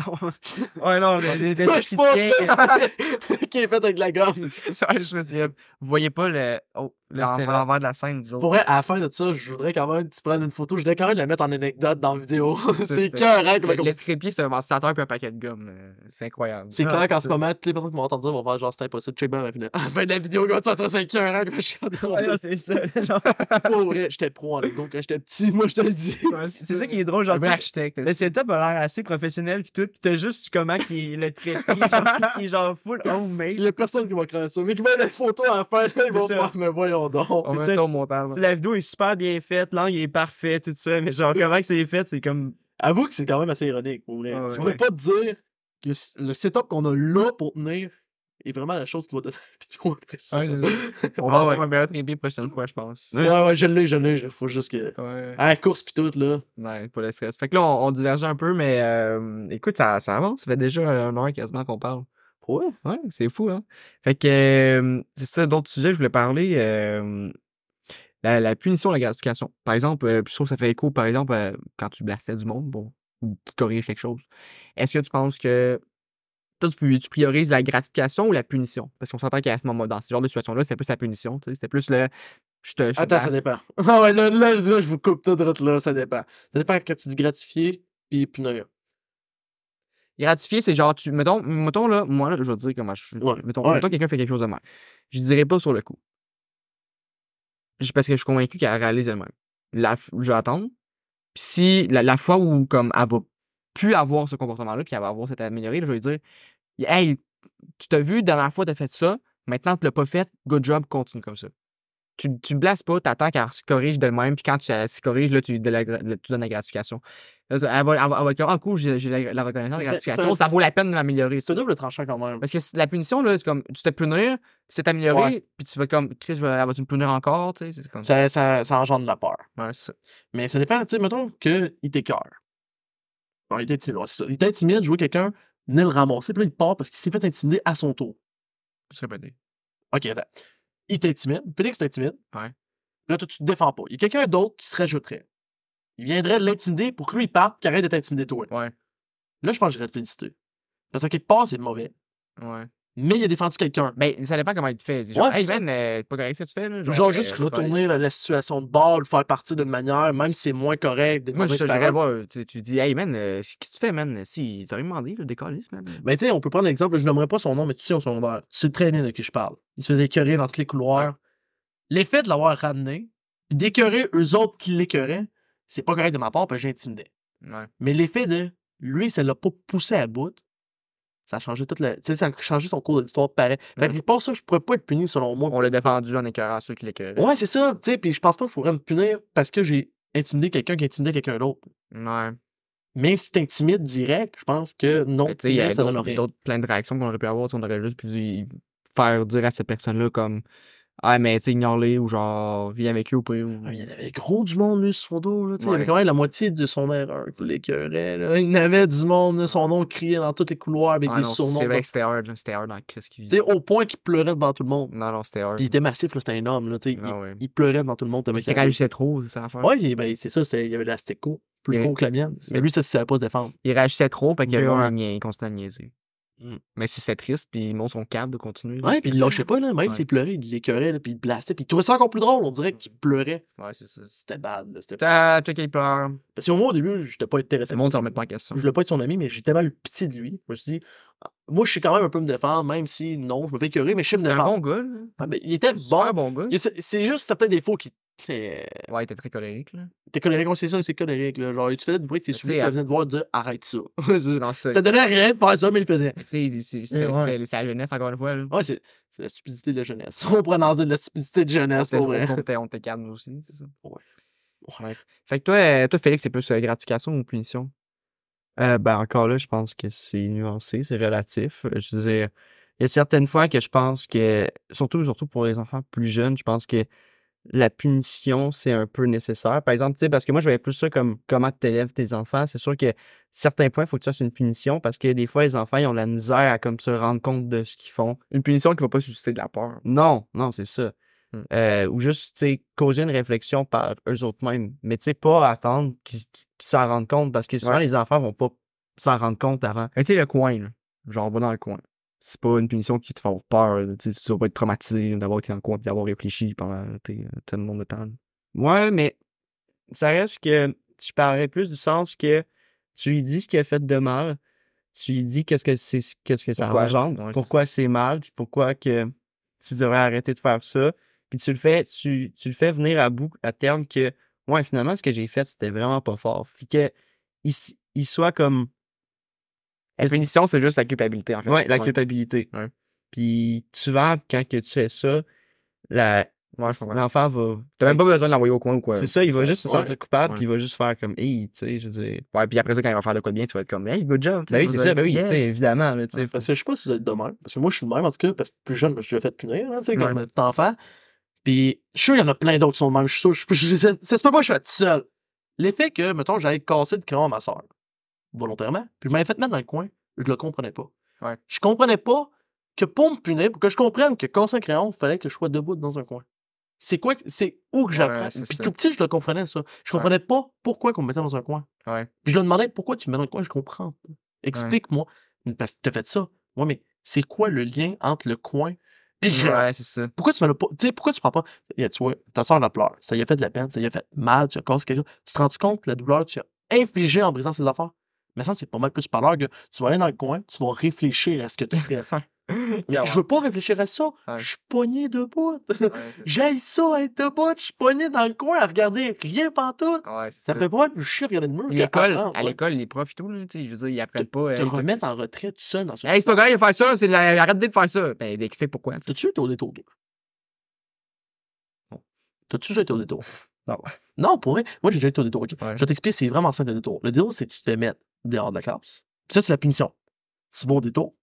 ouais, non, des- des- des Ouais, qui je pense- tiennent. Qui est fait avec de la gomme. Ouais, je me dis, euh, vous voyez pas le. Oh, Le l'en- scénar. l'envers de la scène, nous autres. Pour vrai, à la fin de ça, je voudrais quand même que tu prennes une photo. Je voudrais quand même la mettre en anecdote dans la vidéo. c'est c'est- clair, hein, Le, le trépied, c'est un ventilateur puis un paquet de gomme. euh, C'est incroyable. C'est Ah, clair qu'en c'est ce ça. moment, toutes les personnes qui m'ont entendu vont faire genre c'est impossible, check bien ma finale. À la fin de la vidéo, quand tu entends 5 heures, quand hein, je suis en train Ouais, non, de- c'est ça. genre, Pour vrai, j'étais pro en Lego quand j'étais petit, moi je te le dis. c'est ça qui est drôle, genre, Un tu sais, architecte. Le setup a l'air assez professionnel pis tout, pis t'as juste comment qui le trépied genre, qui est genre full Il homemade. y a personne qui va croire ça, mais qui met la photo à la fin, là, ils vont ça. faire, mais voyons donc. On c'est met ça. ça au montage. Tu sais, La vidéo est super bien faite, l'angle est parfait, tout ça, mais genre comment que c'est fait, c'est comme Avoue que c'est quand même assez ironique, pour vrai. Ah tu ouais. peux pas te dire que c- le setup qu'on a là pour tenir, est vraiment la chose qui doit donner la vidéo après ça. Ouais, Ouais, c'est ça. On Ah va ouais. avoir un meilleur trippy prochaine fois, je pense. Ouais. ouais, je l'ai, je l'ai, je- faut juste que. Ouais. Ah, course pis tout, là. Ouais, pas le stress. Fait que là, on, on diverge un peu, mais euh, écoute, ça, ça avance. Ça fait déjà un heure quasiment qu'on parle. Ouais. Ouais, c'est fou, hein? Fait que euh, c'est ça, d'autres sujets que je voulais parler. euh, la, la punition, la gratification. Par exemple, euh, puis je trouve que ça fait écho, par exemple, euh, quand tu blastais du monde, bon, ou tu corriges quelque chose. Est-ce que tu penses que toi, tu, pu- tu priorises la gratification ou la punition? Parce qu'on s'entend qu'à ce moment, dans ce genre de situation-là, c'était plus la punition, tu sais, c'était plus le. Je te. je te Attends, ça blaste. dépend. Ah ouais, là, là, là, je vous coupe tout droit, là, ça dépend. Ça dépend quand tu dis gratifier pis punir. Gratifier, c'est genre, tu. Mettons, mettons là, moi, là, je vais te dire comment je. Ouais, Mettons, ouais. mettons que quelqu'un fait quelque chose de mal. Je dirais pas sur le coup. Je- Parce que je suis convaincu qu'elle réalise elle-même. La, f- je vais attendre. Puis si la, la fois où comme elle va plus avoir ce comportement-là, puis elle va avoir cette améliorée, là, je vais lui dire Hey, tu t'as vu, dernière fois, t'as fait ça, maintenant tu l'as pas fait, good job, continue comme ça. Tu, tu blasses pas, t'attends qu'elle se corrige d'elle-même, puis quand tu elle se corrige, là, tu, de la gra- tu donnes la gratification. Là, Elle va, elle va, elle va dire Ah, cool, j'ai j'ai la, la reconnaissance, la C'est- gratification, c'est un- ça vaut la peine de m'améliorer. C'est un double tranchant quand même. Parce que c'est- la punition, là, c'est comme tu te punir, c'est t'améliorer, puis tu vas comme Chris, je vais- elle va-tu me punir encore, tu sais, c'est comme ça. Ça, ça, ça engendre de la peur. Ouais, c'est ça. Mais ça dépend, tu sais, mettons qu'il t'écœure. Bon, il t'intimide, ouais, c'est ça. Il t'intimide, je vois quelqu'un venait le ramasser, puis là, il part parce qu'il s'est fait intimider à son tour. Juste répéter. Ok, attends. Il t'intimide, Félix t'intimide. Ouais. Puis Là, toi, tu te défends pas. Il y a quelqu'un d'autre qui se rajouterait. Il viendrait l'intimider pour que lui, il parte, qu'il arrête de t'intimider, toi. Ouais. Là, je pense que j'irais te féliciter. Parce que quelque part, c'est mauvais. Ouais. Mais il a défendu quelqu'un. Ben, ça dépend comment il te fait. C'est Genre, Ouais, c'est hey ça. man, euh, c'est pas correct ce que tu fais, là. Genre, juste euh, retourner la, la situation de bord, le faire partir d'une manière, même si c'est moins correct. des Moi, je mauvaises serais paroles. voir, euh, tu, tu dis, hey man, euh, qu'est-ce que tu fais, man? Si, ils t'auraient demandé, le décaliste, man. Ben, tu sais, on peut prendre l'exemple, je nommerai pas son nom, mais tu sais, au secondaire, tu sais très bien de qui je parle. Il se faisait écœurer dans tous les couloirs. L'effet de l'avoir ramené, puis d'écœurer eux autres qui l'écœuraient, c'est pas correct de ma part, parce que j'intimidais. Ouais. Mais l'effet de lui, ça l'a pas poussé à bout, ça a changé toute la. Tu sais, ça a changé son cours de l'histoire pareil. Fait que c'est pour ça que je pourrais pas être puni, selon moi. On l'a défendu en écœurant ceux qui l'écœuraient. Ouais, c'est ça, tu sais, puis je pense pas qu'il faudrait me punir parce que j'ai intimidé quelqu'un qui intimidait quelqu'un d'autre. Ouais. Mais si t'intimides direct, je pense que non, Mais Ben, Tu sais, il y a punir, ça donne d'autres rien. d'autres plein de réactions qu'on aurait pu avoir si on aurait juste pu y- faire dire à cette personne-là comme, ah, mais tu sais, ignore-les ou genre, vis avec eux ou pas. Ou... Ah, Il y en avait gros du monde, lui, sur son dos. Là, tu sais, Il y avait Ouais. quand même la moitié de son erreur qui l'écœurait. là. Il y en avait du monde, là, son nom criait dans tous les couloirs avec Ah des non, surnoms. C'est vrai Tu que c'était hard, là. C'était hard dans Chris qui sais, au point qu'il pleurait devant tout le monde. Non, non, c'était hard. Puis il était massif, là, c'était un homme. Là, tu sais, il, Ah ouais. il pleurait devant tout le monde. t'avais Parce qu'il quelqu'un- réagissait trop, c'est ça l'affaire. Ouais, ben, c'est ça, c'est- il y avait de la stéco, plus Il y a- gros que la mienne. c'est- Mais lui, ça, il savait pas se défendre. Il réagissait trop, fait que Ouais. le monde, il nia- il continuait à niaiser. Mm. Mais si c'est triste, puis il monte son câble de continuer. là. Ouais, puis il lâchait pas, là, même Ouais. s'il pleurait, il l'écœurait, là, puis il blastait. Puis il trouvait ça encore plus drôle, on dirait qu'il pleurait. Ouais, c'est ça. C'était bad. là, c'était- T'as checké, il pleure. Parce qu'au moins, au début, j'étais pas intéressé. Le monde se remet pas en question. Je voulais pas être son ami, mais j'ai tellement eu pitié de lui. Je me suis dit, ah, moi, je sais quand même un peu me défendre, même si non, je me fais écœurer, mais je sais me C'était un défendre. bon gars, là. Ah, mais il était Super bon. bon gars. Il- C'est c'est juste certains défauts qui. Euh, Ouais, il était très colérique, là. T'es colérique, on sait ça, c'est colérique. Là. Genre, tu faisais du bruit que t'es Mais soumis, tu sais, tu venais de voir dire arrête ça. ça Non, ça. donnait rien de faire ça, mais il le faisait. Tu sais, c'est- Eh, c'est ouais. c'est- c'est la jeunesse, encore une fois, là. Ouais, c'est c'est la stupidité de la jeunesse. On pourrait en dire de la stupidité de jeunesse, C'était- pour vrai. On était- on était calme, nous aussi, c'est ça. Ouais. Fait que toi, euh, toi Félix, c'est plus euh, gratification ou punition? Euh, ben encore là, je pense que c'est nuancé, c'est relatif. Euh, Je veux dire, il y a certaines fois que je pense que, surtout, surtout pour les enfants plus jeunes, je pense que la punition, c'est un peu nécessaire. Par exemple, tu sais, parce que moi, je voyais plus ça comme comment tu élèves tes enfants. C'est sûr que certains points, il faut que tu fasses une punition parce que des fois, les enfants, ils ont de la misère à comme se rendre compte de ce qu'ils font. Une punition qui va pas susciter de la peur. Non, non, c'est ça. Hmm. Euh, ou juste, tu sais, causer une réflexion par eux autres mêmes. Mais tu sais, pas attendre qu'ils qu'ils s'en rendent compte parce que souvent, Ouais. les enfants vont pas s'en rendre compte avant. Mais tu sais, le coin, là. Genre, va dans le coin. C'est pas une punition qui te fait avoir peur. là. Tu sais, tu vas pas être traumatisé d'avoir été dans le coin et d'avoir réfléchi pendant tu sais, tellement de nombre de temps. là. Ouais, mais ça reste que je parlerais plus du sens que tu lui dis ce qu'il a fait de mal, tu lui dis qu'est-ce que c'est qu'est-ce que ça Pourquoi? engendre, Ouais, c'est pourquoi c'est mal, puis pourquoi que tu devrais arrêter de faire ça. Puis tu le fais, tu, tu le fais venir à bout à terme que ouais, finalement, ce que j'ai fait, c'était vraiment pas fort. Puis que il, s- il soit comme La Est-ce- punition, c'est juste la culpabilité, en fait. Ouais, la culpabilité. Ouais. Puis souvent, quand que tu fais ça, la, Ouais, je comprends. L'enfant va. T'as même pas besoin de l'envoyer au coin ou quoi. C'est ça, il va ça, juste se ouais. sentir coupable, Ouais. puis il va juste faire comme, hey, tu sais, je veux dire. Ouais, puis après ça, quand il va faire de quoi de bien, tu vas être comme, hey, good job. tu sais, Ben oui, vous c'est allez- ça, ben oui, tu Yes. sais, évidemment, là, tu sais. Parce que je sais pas si vous êtes de même. Parce que moi, je suis de même, en tout cas, parce que plus jeune, je me suis déjà fait punir, hein, tu sais, Ouais. comme euh, petit enfant. Puis, je suis sûr, il y en a plein d'autres qui sont de même. Je suis sûr, je, je- je- ça- ça se peut pas, que je suis tout seul. L'effet que, mettons, j'avais cassé le crayon à ma soeur, volontairement, puis je m'avais fait mettre dans le coin, je le comprenais pas. Ouais. Je comprenais pas que pour me punir, pour que je comprenne que casser un crayon, il fallait que je sois debout dans un coin. C'est quoi, que- c'est où que j'apprends? Ouais, c'est puis ça. tout petit, je le comprenais, ça. Je comprenais pas pourquoi qu'on me mettait dans un coin. Ouais. Puis je leur demandais pourquoi tu me mets dans le coin, je comprends pas. Explique-moi. Parce que t'as fait ça. Ouais, mais c'est quoi le lien entre le coin pis le crayon? Ouais, c'est ça. Pourquoi tu me l'as pas. Tu sais, pourquoi tu prends pas. Eh, tu vois, ta soeur la pleure. Ça lui a fait de la peine, ça lui a fait mal, tu as cassé quelque chose. Tu te rends compte la douleur que tu as infligée en brisant ses affaires? Mais ça, c'est pas mal plus par l'heure que tu vas aller dans le coin, tu vas réfléchir à ce que tu fais. Je veux pas réfléchir à ça. Ouais. Je suis pogné debout. J'aille ça être debout. Je suis pogné dans le coin à regarder rien pantoute. Ouais, c'est Ça ça. fait pas mal plus chier de regarder le mur. que L'école, avant, Euh, à ouais. l'école, les profs et Ah, tout, là, tu sais, je veux dire, ils apprennent pas. euh, te remettre en retrait tout seul dans ce. Hey, c'est pas grave de faire ça, c'est de la- arrête de faire ça. Ben, explique pourquoi, tu sais. T'as-tu été au détour, toi? Non. T'as-tu déjà été au détour? Non. Non, pour vrai, moi j'ai déjà été au détour. ok. Ouais. Je vais t'expliquer, c'est vraiment simple le détour. Le détour, c'est que tu te fais mettre dehors de la classe. Puis ça, c'est la punition. Tu vas au détour.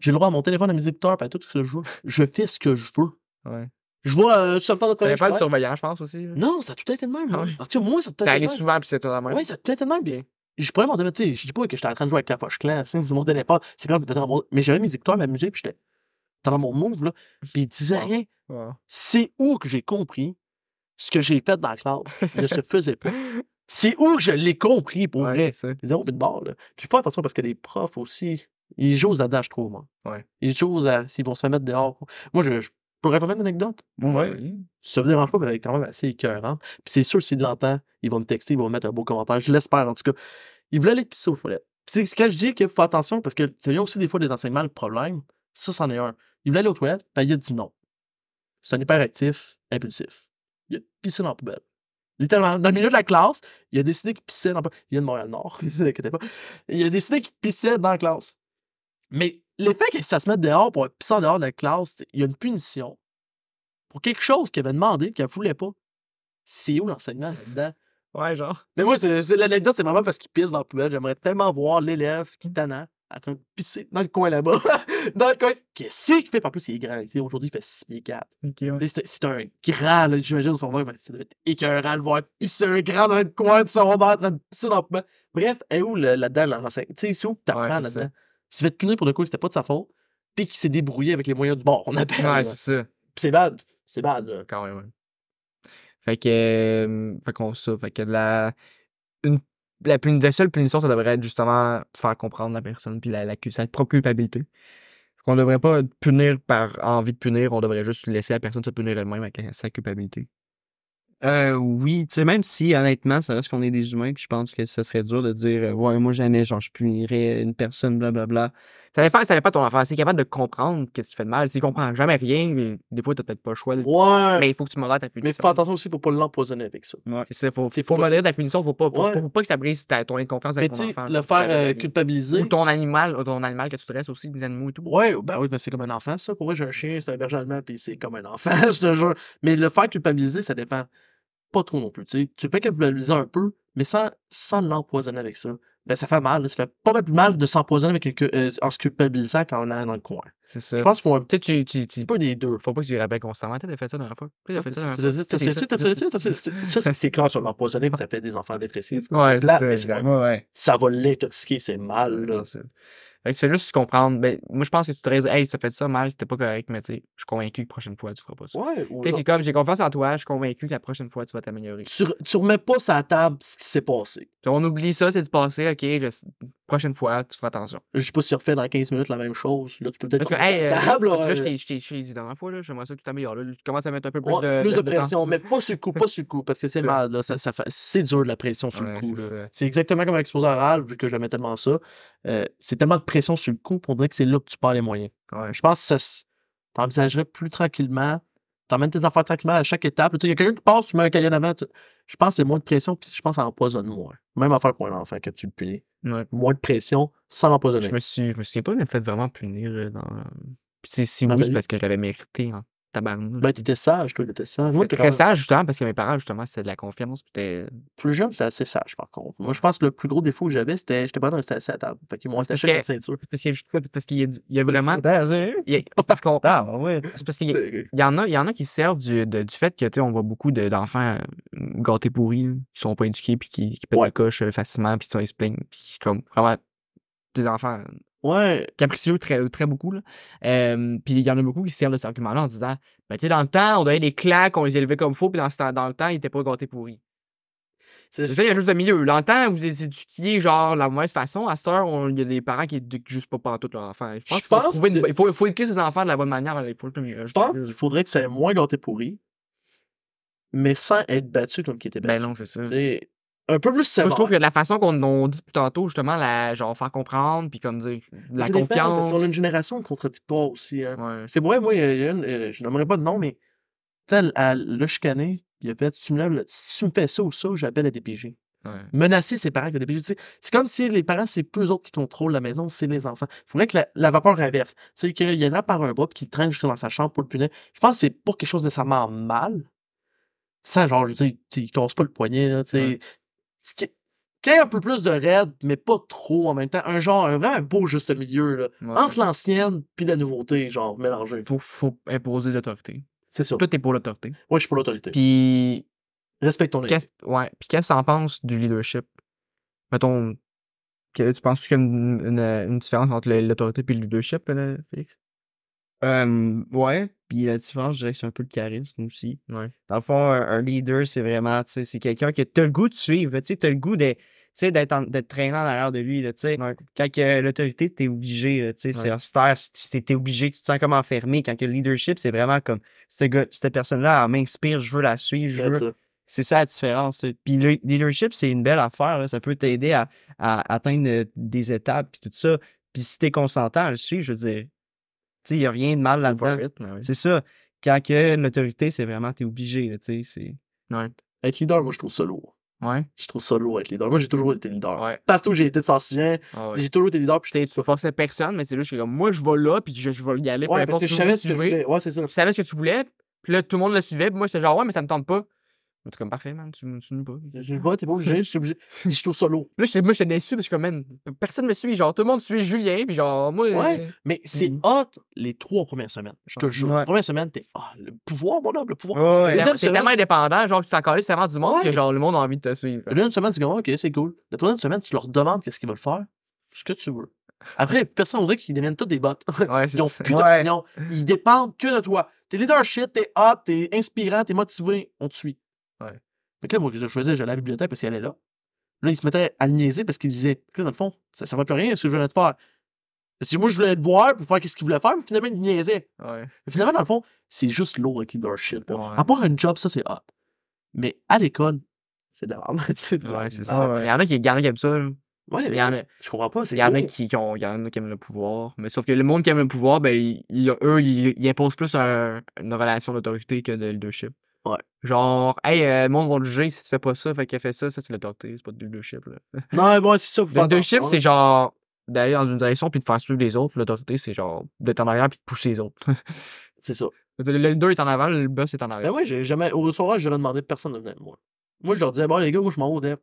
J'ai le droit à mon téléphone, à mes écouteurs, puis à tout ce que je veux. Je fais ce que je veux. Ouais. Je vois euh, sur le temps de T'avais collège. pas le je travaille. surveillant, Ben, je pense aussi. là. Non, ça a tout été de même. Ah moi. ouais. Ah, tu sais, moi, ça a tout T'es été allé de même. souvent, puis c'était toi la même. Oui, ça a tout été de même. puis Je pourrais m'en donner, tu sais, je dis pas que j'étais en train de jouer avec la poche claire, c'est mon téléphone, c'est clair, peut-être dans mon- mais j'avais mes écouteurs, ma musique, puis j'étais dans mon move, là, puis il disait rien. Ouais. C'est où que j'ai compris ce que j'ai fait dans la classe ne se faisait pas. C'est où que je l'ai compris pour Ouais, vrai. c'est ça. Zéro but de bord, là. Puis faut attention parce que les profs aussi, ils jouent là-dedans, je trouve, moi. Ouais. Ils jouent à s'ils vont se mettre dehors. Moi, je, je pourrais pas mettre une anecdote. Ouais. Ça me dérange pas, mais elle est quand même assez écœurante. Puis c'est sûr, s'il l'entend, il va me texter, il va me mettre un beau commentaire. Je l'espère, en tout cas. Il voulait aller pisser aux toilettes. Puis c'est quand je dis qu'il faut attention, parce que ça vient aussi des fois des enseignements, le problème. Ça, c'en est un. Il voulait aller aux toilettes, puis il a dit non. C'est un hyperactif, impulsif. Il a pissé dans la poubelle. Littéralement, dans le milieu de la classe, il a décidé qu'il pissait dans la poubelle. Il vient de Montréal-Nord, ne vous inquiétez pas. Il a décidé qu'il pissait dans la classe. Mais le fait que ça se mette dehors pour pisser en dehors de la classe, c'est- il y a une punition pour quelque chose qu'elle avait demandé et qu'elle voulait pas. C'est où l'enseignement là-dedans? Ouais, genre. Mais moi, c'est- c'est- l'anecdote, c'est vraiment parce qu'il pisse dans la poubelle. J'aimerais tellement voir l'élève qui t'en a en train de pisser dans le coin là-bas. dans le coin. Qu'est-ce qu'il fait? En plus, il est grand. Tu sais, Aujourd'hui, il fait 6 pieds 4. Mais C'est c'est un grand, là, j'imagine, au secondaire, mais ça doit être écœurant de voir pisser un grand dans le coin du secondaire en train de pisser dans la poubelle. Bref, et où le- là-dedans, là, l'enseigne- tu sais, c'est où que t'apprends Ouais, c'est ça. là-dedans? Il s'est fait punir pour le coup, c'était pas de sa faute, puis qu'il s'est débrouillé avec les moyens du bord, on appelle. là. Ouais, c'est ça. Puis c'est bad, c'est bad, là. Quand même, ouais. Fait que. euh, fait qu'on ça. Fait que de la. Une. La, puni- la seule punition, ça devrait être justement faire comprendre la personne puis la, la, cul- sa propre culpabilité. Qu'on devrait pas punir par envie de punir, on devrait juste laisser la personne se punir elle-même avec la- sa culpabilité. Euh, oui, tu sais, même si, honnêtement, ça reste qu'on est des humains, puis je pense que ce serait dur de dire, euh, ouais, moi, jamais, genre, je punirais une personne, blablabla. Ça dépend, ça dépend de ton enfant. S'il est capable de comprendre qu'est-ce qui fait de mal, s'il comprend jamais rien, mais des fois, t'as peut-être pas le choix. de- Ouais, mais, Mais il faut que tu modères ta punition. fais attention aussi pour pas l'empoisonner avec ça. C'est ça, faut, C'est faut pas- modérer ta punition, faut pas, faut, Ouais. faut pas que ça brise ta, ton inconfiance Mais avec tu ton sais, enfant. le là, faire que euh, j'avais dit. culpabiliser. Ou ton animal, ou ton animal que tu dresses aussi, des animaux et tout. Ouais, ben oui, ben c'est comme un enfant, ça. Pour moi, j'ai un chien, c'est un berger allemand, puis c'est comme un enfant, je te jure. Mais le faire culpabiliser, ça dépend pas trop non plus. Tu sais, tu peux culpabiliser un peu, mais sans, sans l'empoisonner avec ça. Ben, ça fait mal, là. ça fait pas mal plus mal de s'empoisonner avec une cu- euh, en se culpabilisant quand on est dans le coin. C'est ça. Je pense qu'il faut un Tu sais, tu, tu, tu dis petit pas peu des deux. faut pas que tu lui rappelles constamment. T'as fait ça dans la fois. T'as fait ça dans la fois. Ça, ça, c'est clair sur l'empoisonner, ça fait des enfants dépressifs. Ouais, Là, mais c'est exact. Ouais, ouais. Ça va l'intoxiquer, c'est mal, là. C'est ça. Fait que tu fais juste comprendre. Ben, moi, je pense que tu te dirais, hey, ça fait ça mal, c'était pas correct, mais tu sais, je suis convaincu que la prochaine fois, tu feras pas ça. Ouais, ou- Tu sais, c'est comme, j'ai confiance en toi, je suis convaincu que la prochaine fois, tu vas t'améliorer. tu, re- tu remets pas sur la table ce qui s'est passé. Puis On oublie ça, c'est du passé, ok, je- prochaine fois, tu feras attention. Je sais pas si on refait dans 15 minutes la même chose. Là, tu peux peut-être. Parce que, remettre hey, sur euh, la table, parce que là, là, je euh, t'ai- je t'ai je t'ai dit dans la fois, là, j'aimerais ça que tu t'améliores. là. Tu commences à mettre un peu plus ouais, de, plus de, temps pression, dessus. mais pas sur le coup, pas sur le coup, parce que c'est C'est- mal, là, ça, ça fait- c'est dur de la pression sur le Ouais, coup. c'est là. ça. C'est exactement comme l'exposé oral, vu que j'aimais tellement ça. Euh, c'est tellement de pression sur le coup, pour dire que c'est là que tu perds les moyens. Ouais, Je pense que ça s- t'envisagerais plus tranquillement, t'emmènes tes affaires tranquillement à chaque étape. Tu sais, Il y a quelqu'un qui passe, tu mets un cahier en avant. tu- Je pense que c'est moins de pression, puis je pense que ça empoisonne moins. Même affaire pour un enfant que tu le punis. Ouais. Moins de pression sans l'empoisonner. Je me suis, je me souviens pas de me fait vraiment punir euh, dans. Puis tu sais, si Dans oui, ta c'est vie? parce que je l'avais mérité. hein. tabarnouche. Ah, Ben, t'étais sage, toi, t'étais sage. Moi, J'étais très sage, justement, hein, parce que mes parents, justement, c'était de la confiance. Puis t'es- Plus jeune, c'est assez sage, par contre. Moi, je pense que le plus gros défaut que j'avais, c'était j'étais pas dans rester assis à table. Fait qu'ils m'ont attaché que- la ceinture. Parce qu'il y a, juste- parce qu'il y a du- il y a vraiment. Attends, sérieux? il y a- parce qu'on- Ah, bah ouais. c'est parce qu'il y a- il y en a, il y en a qui se servent du, de- du fait que, tu sais, on voit beaucoup de- d'enfants euh, gâtés pourris, là, qui sont pas éduqués, puis qui, qui pètent Ouais. le coche euh, facilement, puis tu sais, ils se plaignent, puis qui, comme, vraiment, des enfants Ouais, capricieux très, très beaucoup. Là. Euh, puis il y en a beaucoup qui se servent de cet argument-là en disant ben, tu sais, dans le temps, on donnait des claques, on les élevait comme faux, puis dans, ce temps- dans le temps, ils étaient pas gâtés pourris. C'est- C'est ça, il y a juste le milieu. Dans le temps, vous les éduquiez genre de la mauvaise façon. À cette heure, on- il y a des parents qui éduquent juste pas pantoute leurs enfants. Je pense Je qu'il faut, pense trouver une- que- il faut, il faut éduquer ses enfants de la bonne manière. mais Il faut juste le milieu. je pense qu'il faudrait que ça ait moins gâté pourri, mais sans être battu comme qui était Ben battu. non, c'est ça. Moi, C'est un peu plus sévère. je trouve que de la façon qu'on on dit plus tantôt, justement, la, genre faire comprendre, puis comme dire, la Ça dépend, Parce confiance. qu'on a une génération contradictoire aussi. Hein. Ouais. C'est vrai, moi, il y a- il y a une, euh, je nommerai pas de nom, mais tel à le chicaner, il a fait si tu me, lèves le- si tu me fais ça ou ça, j'appelle la DPG. Ouais. Menacer ses parents avec la DPG. tu sais. C'est comme si les parents, c'est plus eux autres qui contrôlent la maison, c'est les enfants. Il faudrait que la, la vapeur inverse. C'est qu'il y en a par un bras puis qu'il traîne jusque dans sa chambre pour le punir. Je pense que c'est pas quelque chose de nécessairement mal. Ça, genre, je veux dire, tu sais, il casse pas le poignet, là, tu sais. Ouais. Ce qui est- qu'il y ait un peu plus de raide, mais pas trop en même temps. Un genre, un vrai un beau juste milieu, là Ouais. entre l'ancienne puis la nouveauté, genre mélangée. Faut, faut imposer l'autorité. C'est ça. Toi, t'es pour l'autorité. Moi, je suis pour l'autorité. Puis, Respecte ton équipe. Qu'est-ce, ouais. Puis qu'est-ce que t'en penses du leadership? Mettons, que, tu penses qu'il y a une, une- une différence entre le- l'autorité et le leadership, là, Félix? Euh, ouais. Puis la différence, je dirais que c'est un peu le charisme aussi. Ouais. Dans le fond, un, un leader, c'est vraiment, tu sais, c'est quelqu'un que t'as le goût de suivre. Tu sais, t'as le goût de- tu sais, d'être en- d'être traînant derrière de lui. Là, tu sais. Quand que l'autorité, t'es obligé. là, tu sais, C'est Ouais. austère. c'est- t'es- T'es obligé. Tu te sens comme enfermé. Quand que le leadership, c'est vraiment comme, ce gars- cette personne-là, elle m'inspire, je veux la suivre, Euh, je veux Ça. c'est ça la différence. là. Puis le leadership, c'est une belle affaire. là. Ça peut t'aider à, à atteindre euh, des étapes puis tout ça. Puis si t'es consentant à le suivre, je veux dire, tu sais, il n'y a rien de mal là-dedans. C'est ça. Quand que l'autorité, c'est vraiment, t'es obligé, là, tu sais. c'est- Ouais. Être leader, moi, je trouve ça lourd. Ouais. Je trouve ça lourd être leader. Moi, j'ai toujours été leader. Ouais. Partout où j'ai été, tu t'en souviens, Ah ouais. j'ai toujours été leader. Puis Tu sais, tu vas forcer personne, mais c'est juste que comme, moi, je vais là, puis je, je vais y aller. j'étais- peu ouais, parce importe que je où savais me ce que je suivez. voulais. Ouais, c'est ça. Tu savais ce que tu voulais, puis là, tout le monde le suivait, puis moi, j'étais genre, ouais, mais ça me tente pas. Mais t'es comme, parfait, man, tu, tu nous pas. Je vois, t'es pas obligé, je suis obligé. Je trouve ça lourd. Là, j'étais- moi, j'étais déçu, parce que, man, personne me suit. Genre, tout le monde suit Julien, puis genre, moi. Ouais. Mais c'est Mhm. hot les trois premières semaines. Je te jure. Mm-hmm. Ouais. La première semaine, t'es. Ah, le pouvoir, mon homme, le pouvoir. Ouais, ouais. T'es Deuxième tellement- t'es semaine- tellement indépendant, genre, tu t'en calais tellement du monde Ouais. que, genre, le monde a envie de te suivre. La deuxième semaine, tu dis, OK, c'est cool. La troisième semaine, tu leur demandes qu'est-ce qu'ils veulent faire, ce que tu veux. Après, personne voudrait qu'ils deviennent tous des bots. Ouais, c'est Ils ont ça. plus Ouais. d'opinion. Ils dépendent que de toi. T'es leadership, t'es hot, t'es inspirant, t'es motivé, on te suit. Ouais. Fait que là, moi, que je choisissais, j'allais à la bibliothèque parce qu'elle est là. Là, ils se mettaient à le niaiser parce qu'ils disaient, là, dans le fond, ça ne servait plus à rien ce que je venais de faire. Parce que moi, je voulais le voir pour faire quest ce qu'il voulait faire, mais finalement, ils me niaisaient. Ouais. Mais finalement, dans le fond, c'est juste lourd avec leadership. là. Ouais. À part un job, ça, c'est hot. Mais à l'école, c'est de la merde. c'est de la Ouais, merde. c'est Ah ça. ouais. Il y en a qui, il y en a qui aiment ça. là. Ouais, Il mais y en a, je comprends pas. il y en a qui, qui ont, il y en a qui aiment le pouvoir. Mais sauf que le monde qui aime le pouvoir, ben, ils- ils- eux, ils, ils imposent plus un- une relation d'autorité que de leadership. Ouais. Genre, hey, euh, le monde va te juger si tu fais pas ça, fait qu'il a fait ça, ça c'est l'autorité, c'est pas du leadership. Là. Non, mais bon, c'est ça. faut Le faire leadership, attention, hein. c'est genre d'aller dans une direction puis de faire suivre les autres. puis L'autorité, c'est genre d'être en arrière puis de pousser les autres. hein. C'est ça. le leader est en avant, le boss est en Ben arrière. ouais, j'ai jamais. Au restaurant, j'ai jamais demandé personne de venir avec moi. Moi, je leur disais, bon, les gars, moi, je m'en vais au DEP.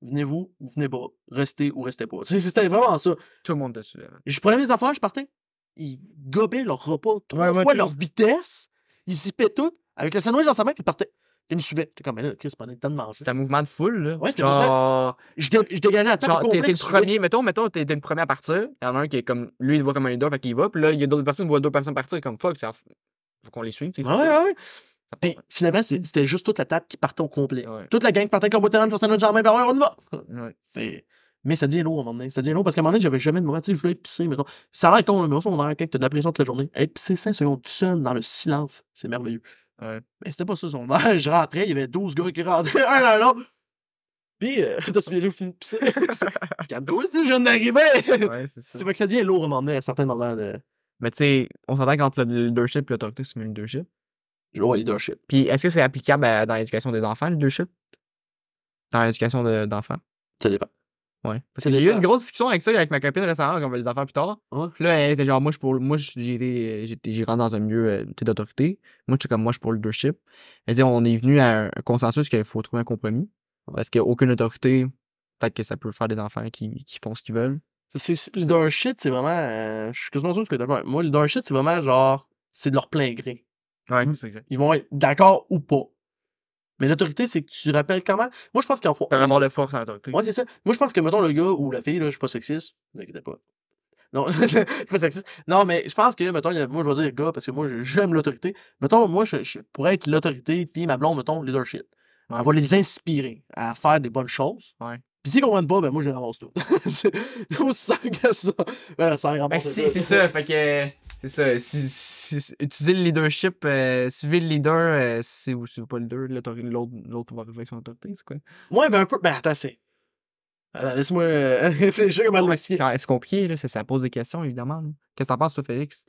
Venez-vous, ou venez pas. Restez ou restez pas. Tu sais, C'était vraiment ça. Tout le monde te suit. Je prenais mes affaires, je partais. Ils gobaient leur repas trois Ouais, moi, fois tout. leur vitesse. Ils zipaient tout. Avec le sandwich dans sa main, puis ils partaient. Puis Ils me suivaient. J'étais comme, mais là, Chris, pendant le temps de manger. C'est un mouvement de foule, là. Ouais, c'est un genre, Je, dé- je dégageais la table. Genre, t'es complète, t'es le je suivais. premier, mettons, mettons, t'es t'es le premier à partir. Il y en a un qui est comme, lui, il te voit comme un leader, fait qu'il va. Puis là, il y a d'autres personnes qui voient d'autres personnes partir, comme fuck, ça. Faut qu'on les suive, tu sais. Ouais, ouais, ouais. Puis finalement, c'est- c'était juste toute la table qui partait au complet. Ouais. Toute la gang partait comme au terrain, sur sandwich dans la main, puis ouais, on y va. Ouais. C'est- Mais ça devient lourd à un moment donné. Ça devient lourd parce qu'à un moment donné, j'avais jamais de moment. Tu sais, je voulais pisser, mettons. Ça a l'air con, là, mais au fond, on a l'air quelqu'un qui a de la pression toute la journée. Hey, pisser 5 secondes tout seul dans le silence, c'est merveilleux. Ouais. Mais c'était pas ça son verre. Je rentrais, il y avait 12 gars qui rentraient, un à l'autre. Puis, euh, t'as souviens, j'ai fini de pisser. Calme-toi, c'est je viens d'arriver. Ouais, c'est C'est vrai que ça devient lourd à un moment euh, donné, à certains moments de Mais tu sais, on s'entend qu'entre le leadership et l'autorité, c'est le même leadership. lourd leadership. Puis est-ce que c'est applicable à- dans l'éducation des enfants, le leadership Dans l'éducation de- d'enfants Ça dépend. Ouais. Parce C'est que j'ai eu bizarre. une grosse discussion avec ça, avec ma copine récemment, parce qu'on va les affaires plus tard. Ouais. Puis là, elle était genre, moi, je suis pour, moi, je- j'ai été, j'étais, j'ai rentré dans un milieu, euh, tu sais, d'autorité. Moi, je suis comme, moi, je suis pour le leadership. Elle dit, on est venu à un consensus qu'il faut trouver un compromis. Parce qu'aucune autorité, peut-être que ça peut faire des enfants qui, qui font ce qu'ils veulent. C'est- c'est- Le dark shit, c'est vraiment. euh, je suis quasiment sûr que t'es d'accord avec moi. Le dark shit, c'est vraiment genre. C'est de leur plein gré. Ouais, c'est exact. Ils vont être d'accord ou pas. Mais l'autorité, c'est que tu rappelles quand même. Moi, je pense qu'il en faut. T'as vraiment de force en autorité. Moi, c'est ça. Moi, je pense que, mettons, le gars ou la fille, là, je suis pas sexiste. Ne vous inquiétez pas. Non, je suis pas sexiste. Non, mais je pense que, mettons, il y a- moi, je vais dire gars, parce que moi, je- j'aime l'autorité. Mettons, moi, je, je pourrais être l'autorité, puis ma blonde, mettons, leadership. Ouais. On va les inspirer à faire des bonnes choses. Ouais. Puis s'ils comprennent pas, ben moi, je les ramasse tout. c'est aussi simple que ça. Ben, ça les Ben, ramasse c'est c'est ça, fait que. C'est ça. Si, si- si- utilisez le leadership, euh, suivez le leader, euh, si vous suivez pas le leader, l'autori- l'autre l'autre va arriver avec son autorité, c'est quoi? Ouais, ben un peu. Ben, attends, c'est. Attends, laisse-moi euh, réfléchir comment le C'est m'expliquer. quand- c'est compliqué, là, ça, ça pose des questions, évidemment. là. Qu'est-ce que t'en penses, toi, Félix?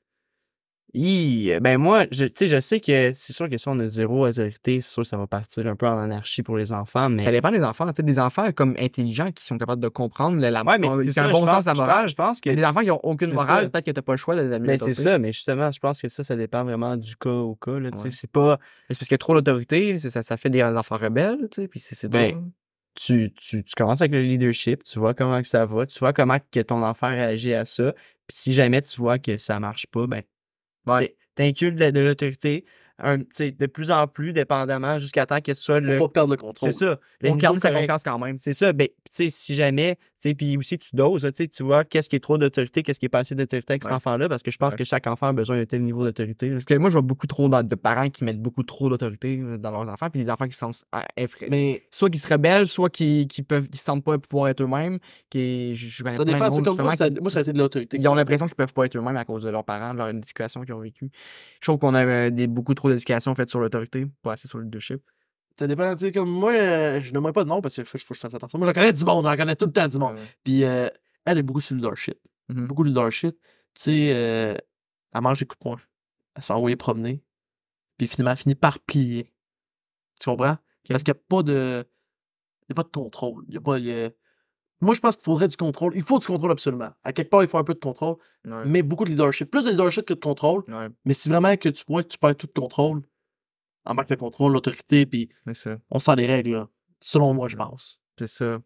Hi, ben moi, je, tu sais, je sais que c'est sûr que si on a zéro autorité, c'est sûr que ça va partir un peu en anarchie pour les enfants, mais. Ça dépend des enfants, tu sais, des enfants comme intelligents qui sont capables de comprendre la, la Ouais, mais qui ont c'est ça, un je bon pense- sens de la je pense- morale. Je pense que Il y a des enfants qui ont aucune C'est morale, ça. peut-être que t'as pas le choix de la Mais c'est l'autorité. ça, mais justement, je pense que ça, ça dépend vraiment du cas au cas. Là, tu sais, Ouais. C'est pas Mais C'est parce qu'il y a trop d'autorité, c'est- ça, ça fait des enfants rebelles, tu sais, puis c'est c'est Ben, dur. hein. tu, tu, tu commences avec le leadership, tu vois comment que ça va, tu vois comment que ton enfant réagit à ça. Puis si jamais tu vois que ça marche pas, ben Ouais. t'inculques de, de l'autorité un- tu sais, de plus en plus dépendamment jusqu'à temps que ce soit Pour le. pas perdre le contrôle. C'est ça. le On niveau garde sa ben, correct. confiance quand même. C'est ça, ben, tu sais, si jamais, tu sais, puis aussi tu doses, là, tu sais, tu vois qu'est-ce qui est trop d'autorité, qu'est-ce qui est pas assez d'autorité avec cet Ouais. enfant-là, parce que je pense Ouais. que chaque enfant a besoin d'un tel niveau d'autorité. là. Parce que moi, je vois beaucoup trop de, de parents qui mettent beaucoup trop d'autorité euh, dans leurs enfants, puis des enfants qui sont euh, infra- Mais soit qui se rebellent, soit qui qui peuvent qui se sentent pas pouvoir être eux-mêmes, qui je, je connais ça plein de dépend. c'est monde, Comme moi, Ben, justement, ça, qui- moi, ça c'est de l'autorité. ils ont l'impression qu'ils peuvent pas être eux-mêmes à cause de leurs parents, de leur éducation qu'ils ont vécue. Je trouve qu'on a euh, des, beaucoup trop d'éducation faite sur l'autorité, pas assez sur le leadership. Ça dépend, tu sais, comme moi, euh, je nommerai pas de nom parce que faut, faut que je fasse attention. Moi, j'en connais du monde, j'en connais tout le temps du monde. Puis euh, elle est beaucoup sur le leadership. Mhm. Beaucoup de leadership. Tu sais, euh, elle mange des coups de poing. Elle se fait envoyer promener. Puis finalement, elle finit par plier. Tu comprends? Parce qu'il n'y a pas de. Il y a pas de contrôle. Il y a pas. il y a- Moi, je pense qu'il faudrait du contrôle. Il faut du contrôle absolument. À quelque part, il faut un peu de contrôle, Ouais. mais beaucoup de leadership. Plus de leadership que de contrôle. Ouais, Mais si vraiment que tu vois que tu perds tout de contrôle, en manque de contrôle, l'autorité, puis c'est ça. on sent les règles, là. Selon moi, je pense. C'est ça.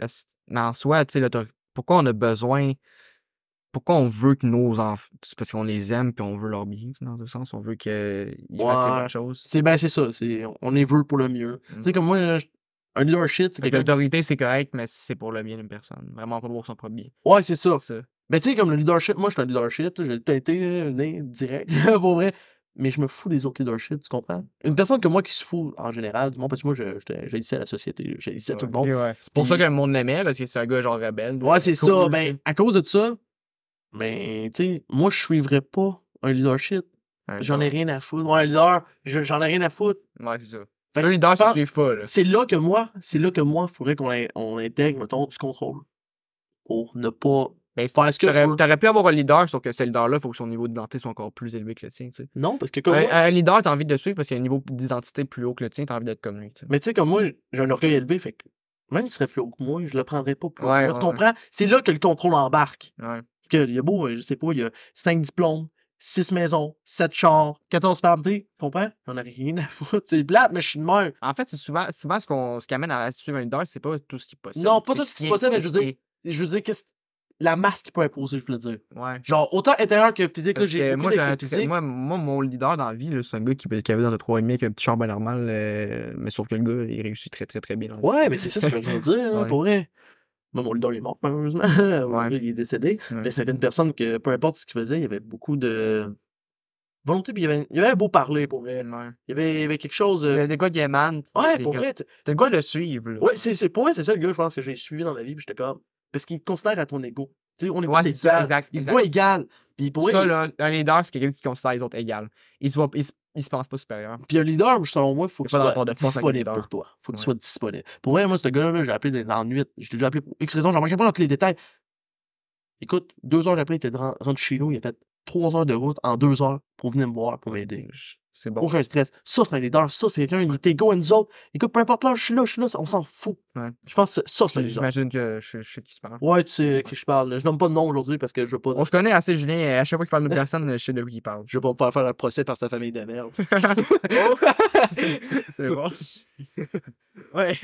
Est-ce- Mais en soi, tu sais, l'autorité- pourquoi on a besoin. Pourquoi on veut que nos enfants. C'est parce qu'on les aime puis on veut leur bien, tu sais, dans un sens. On veut qu'ils fassent les Ouais. bonnes choses. C'est ben c'est ça, c'est on les veut pour le mieux. Mm. Tu sais comme moi là, je- un leadership, c'est Fait que quelqu'un l'autorité, c'est correct, mais c'est pour le bien d'une personne. Vraiment pas pour son propre bien. Ouais, c'est ça. C'est ça. Mais tu sais comme le leadership, moi je suis un leadership, là, j'ai tout été euh, né direct pour vrai, mais je me fous des autres leaderships, tu comprends Une personne que moi qui se fout en général du monde parce que moi je j'ai dit à la société, j'ai dit à tout le monde. Et ouais. C'est pour ça que Puis- le monde l'aimait, parce que c'est un gars genre rebelle. Ouais, c'est cool, ça, tu sais. ben à cause de ça, ben tu sais, moi je suivrais pas un leadership. Un J'en genre. ai rien à foutre. Ouais, un leader, je- j'en ai rien à foutre. Ouais, c'est ça. Fait le leader, je pense- ça suit pas, là. C'est là que moi, c'est là que moi, il faudrait qu'on in- on intègre, mettons, du contrôle. Pour ne pas Ben, faire ce que je T'aurais, veux. t'aurais pu avoir un leader, sauf que ce leader-là, faut que son niveau d'identité soit encore plus élevé que le tien, tu sais. Non, parce que Un, comme moi, un leader, t'as envie de le suivre parce qu'il y a un niveau d'identité plus haut que le tien, t'as envie d'être comme lui, tu sais. mais tu sais, comme moi, j'ai un orgueil élevé, fait que même s'il serait plus haut que moi, je le prendrais pas plus haut que Ouais, moi, ouais, Tu comprends? C'est là que le contrôle embarque. Ouais. Parce que, il y a beau, euh, je sais pas, il y a 5 diplômes, 6 maisons, 7 chars, 14 femmes, tu sais, tu comprends? J'en ai rien à foutre. C'est plate, mais je suis de même. En fait, c'est souvent, souvent ce, qu'on, ce qui amène à suivre un leader, c'est pas tout ce qui est possible. Non, pas c'est tout ce qui est est- possible, mais c'est je veux ce qui dire- Je veux dire, qu'est-ce la masse qu'il peut imposer, je veux dire. est- Ouais. Genre, autant intérieur que physique, là, Parce que j'ai beaucoup moi, j'ai un- d'écrits physiques. moi, moi, mon leader dans la vie, là, c'est un gars qui, qui avait dans le 3,5 avec un petit char ben normal, euh, mais sauf que le gars, il réussit très, très, très bien. dans la vie. Ouais, mais c'est ça, ça veut rien dire, hein, Ouais. pour vrai. Moi, mon leader il est mort, malheureusement. Mon Ouais. gars, Il est décédé. Ouais. Mais c'était une personne que, peu importe ce qu'il faisait, il y avait beaucoup de volonté, puis il y avait, il y avait un beau parler, pour vrai. Ouais. Il y avait, il y avait quelque chose. Il y euh, a des gars qui émanent. Ouais, des pour gars- vrai. t- T'as le goût de le suivre. là. Ouais, c'est c'est- pour vrai, c'est ça le gars, je pense que j'ai suivi dans ma vie, puis j'étais comme. Parce qu'il te considère à ton ego. Tu sais, on est Ouais, pas c'est ça, égal. exact. Il te exact. voit égal. Puis pour ça, vrai, là, un leader, c'est quelqu'un qui considère les autres égales. Il se, voit, il se, il se pense pas supérieur. Puis un leader, selon moi, il faut Y a qu'il pas de soit rapport de force avec le disponible leader. pour toi. faut qu'il Ouais. soit disponible. Pour vrai, moi, ce gars-là, j'ai appelé dans la nuit. Je l'ai déjà appelé pour X raison, j'en manquais pas dans tous les détails. Écoute, deux heures après, il était ren- rentré chez nous, il a fait trois heures de route en deux heures pour venir me voir, pour m'aider. C'est bon. Aucun stress. Ça, c'est un leader. Ça, c'est quelqu'un. Il était go à nous autres. Écoute, peu importe là, je suis là, je suis là. On s'en fout. Ouais. Je pense que ça, c'est un leader. J'imagine que je, je sais de qui tu parles. Ouais, tu sais que je parle. Je nomme pas de nom aujourd'hui parce que je veux pas, On se connaît assez, Julien. et À chaque fois qu'il parle de personne, je sais de qui il parle. je veux pas me faire faire un procès par sa famille de merde. C'est bon. Ouais.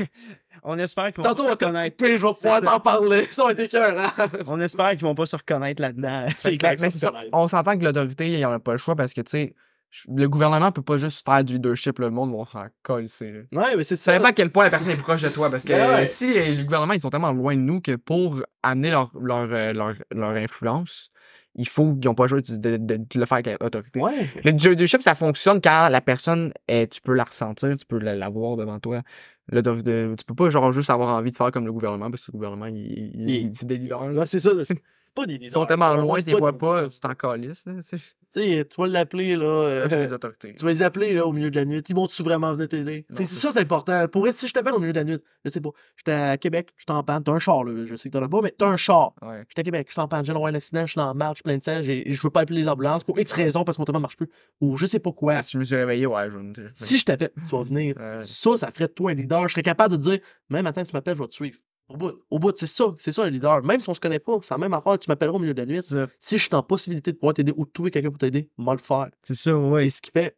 On espère qu'ils vont Tantôt, pas on se va reconnaître. Puis je vais ça. pouvoir t'en parler. Ça va être écœurant. On espère qu'ils vont pas se reconnaître là-dedans. C'est Mais clair. c'est ça, On s'entend que l'autorité, il n'y en a pas le choix parce que, tu sais, je- le gouvernement peut pas juste faire du leadership, le monde va faire coller. Ça Ouais, mais c'est ça. dépend à quel point la personne est proche de toi parce que Ben Ouais, ouais. si euh, le gouvernement, ils sont tellement loin de nous que pour amener leur, leur, euh, leur, leur influence, il faut qu'ils n'ont pas le choix de, de- de- de le faire avec l'autorité. Ouais. Le leadership, ça fonctionne quand la personne, eh, tu peux la ressentir, tu peux la, la voir devant toi. Le, de- de- tu peux pas genre juste avoir envie de faire comme le gouvernement parce que le gouvernement, il, il, Il- c'est des leaders. Ouais, c'est ça. c'est Pas des Ils leaders. sont tellement On loin, se tu les vois des- pas, tu t'en calisses. là, c'est- Tu sais, tu vas l'appeler, là. euh, C'est les autorités. Tu vas les appeler là, au milieu de la nuit. Ils vont-tu vraiment venir t'aider? Non, C'est c'est ça, c'est important. Pour vrai, si je t'appelle au milieu de la nuit, je sais pas. J'étais à Québec, j'étais en panne. T'as un char, là. Je sais que t'en as pas, mais t'as un char. Ouais. J'étais à Québec, j'étais en panne. J'ai eu un accident, je suis en marche, plein de sang. j'ai- Je veux pas appeler les ambulances pour X raison parce que mon téléphone marche plus. Ou je sais pas quoi. Ah, si je me suis réveillé, ouais, je me- Euh, Si je t'appelle, tu vas venir. Ouais. Ça, ça ferait de toi un leader. Je serais capable de dire, même matin, tu m'appelles, je vais te suivre. Au bout, au bout, c'est ça, c'est ça un leader. Même si on se connaît pas, c'est la même affaire, tu m'appelleras au milieu de la nuit. ça. Si je suis en possibilité de pouvoir t'aider ou de trouver quelqu'un pour t'aider, moi le faire. C'est ça, ouais. Et ce qui fait.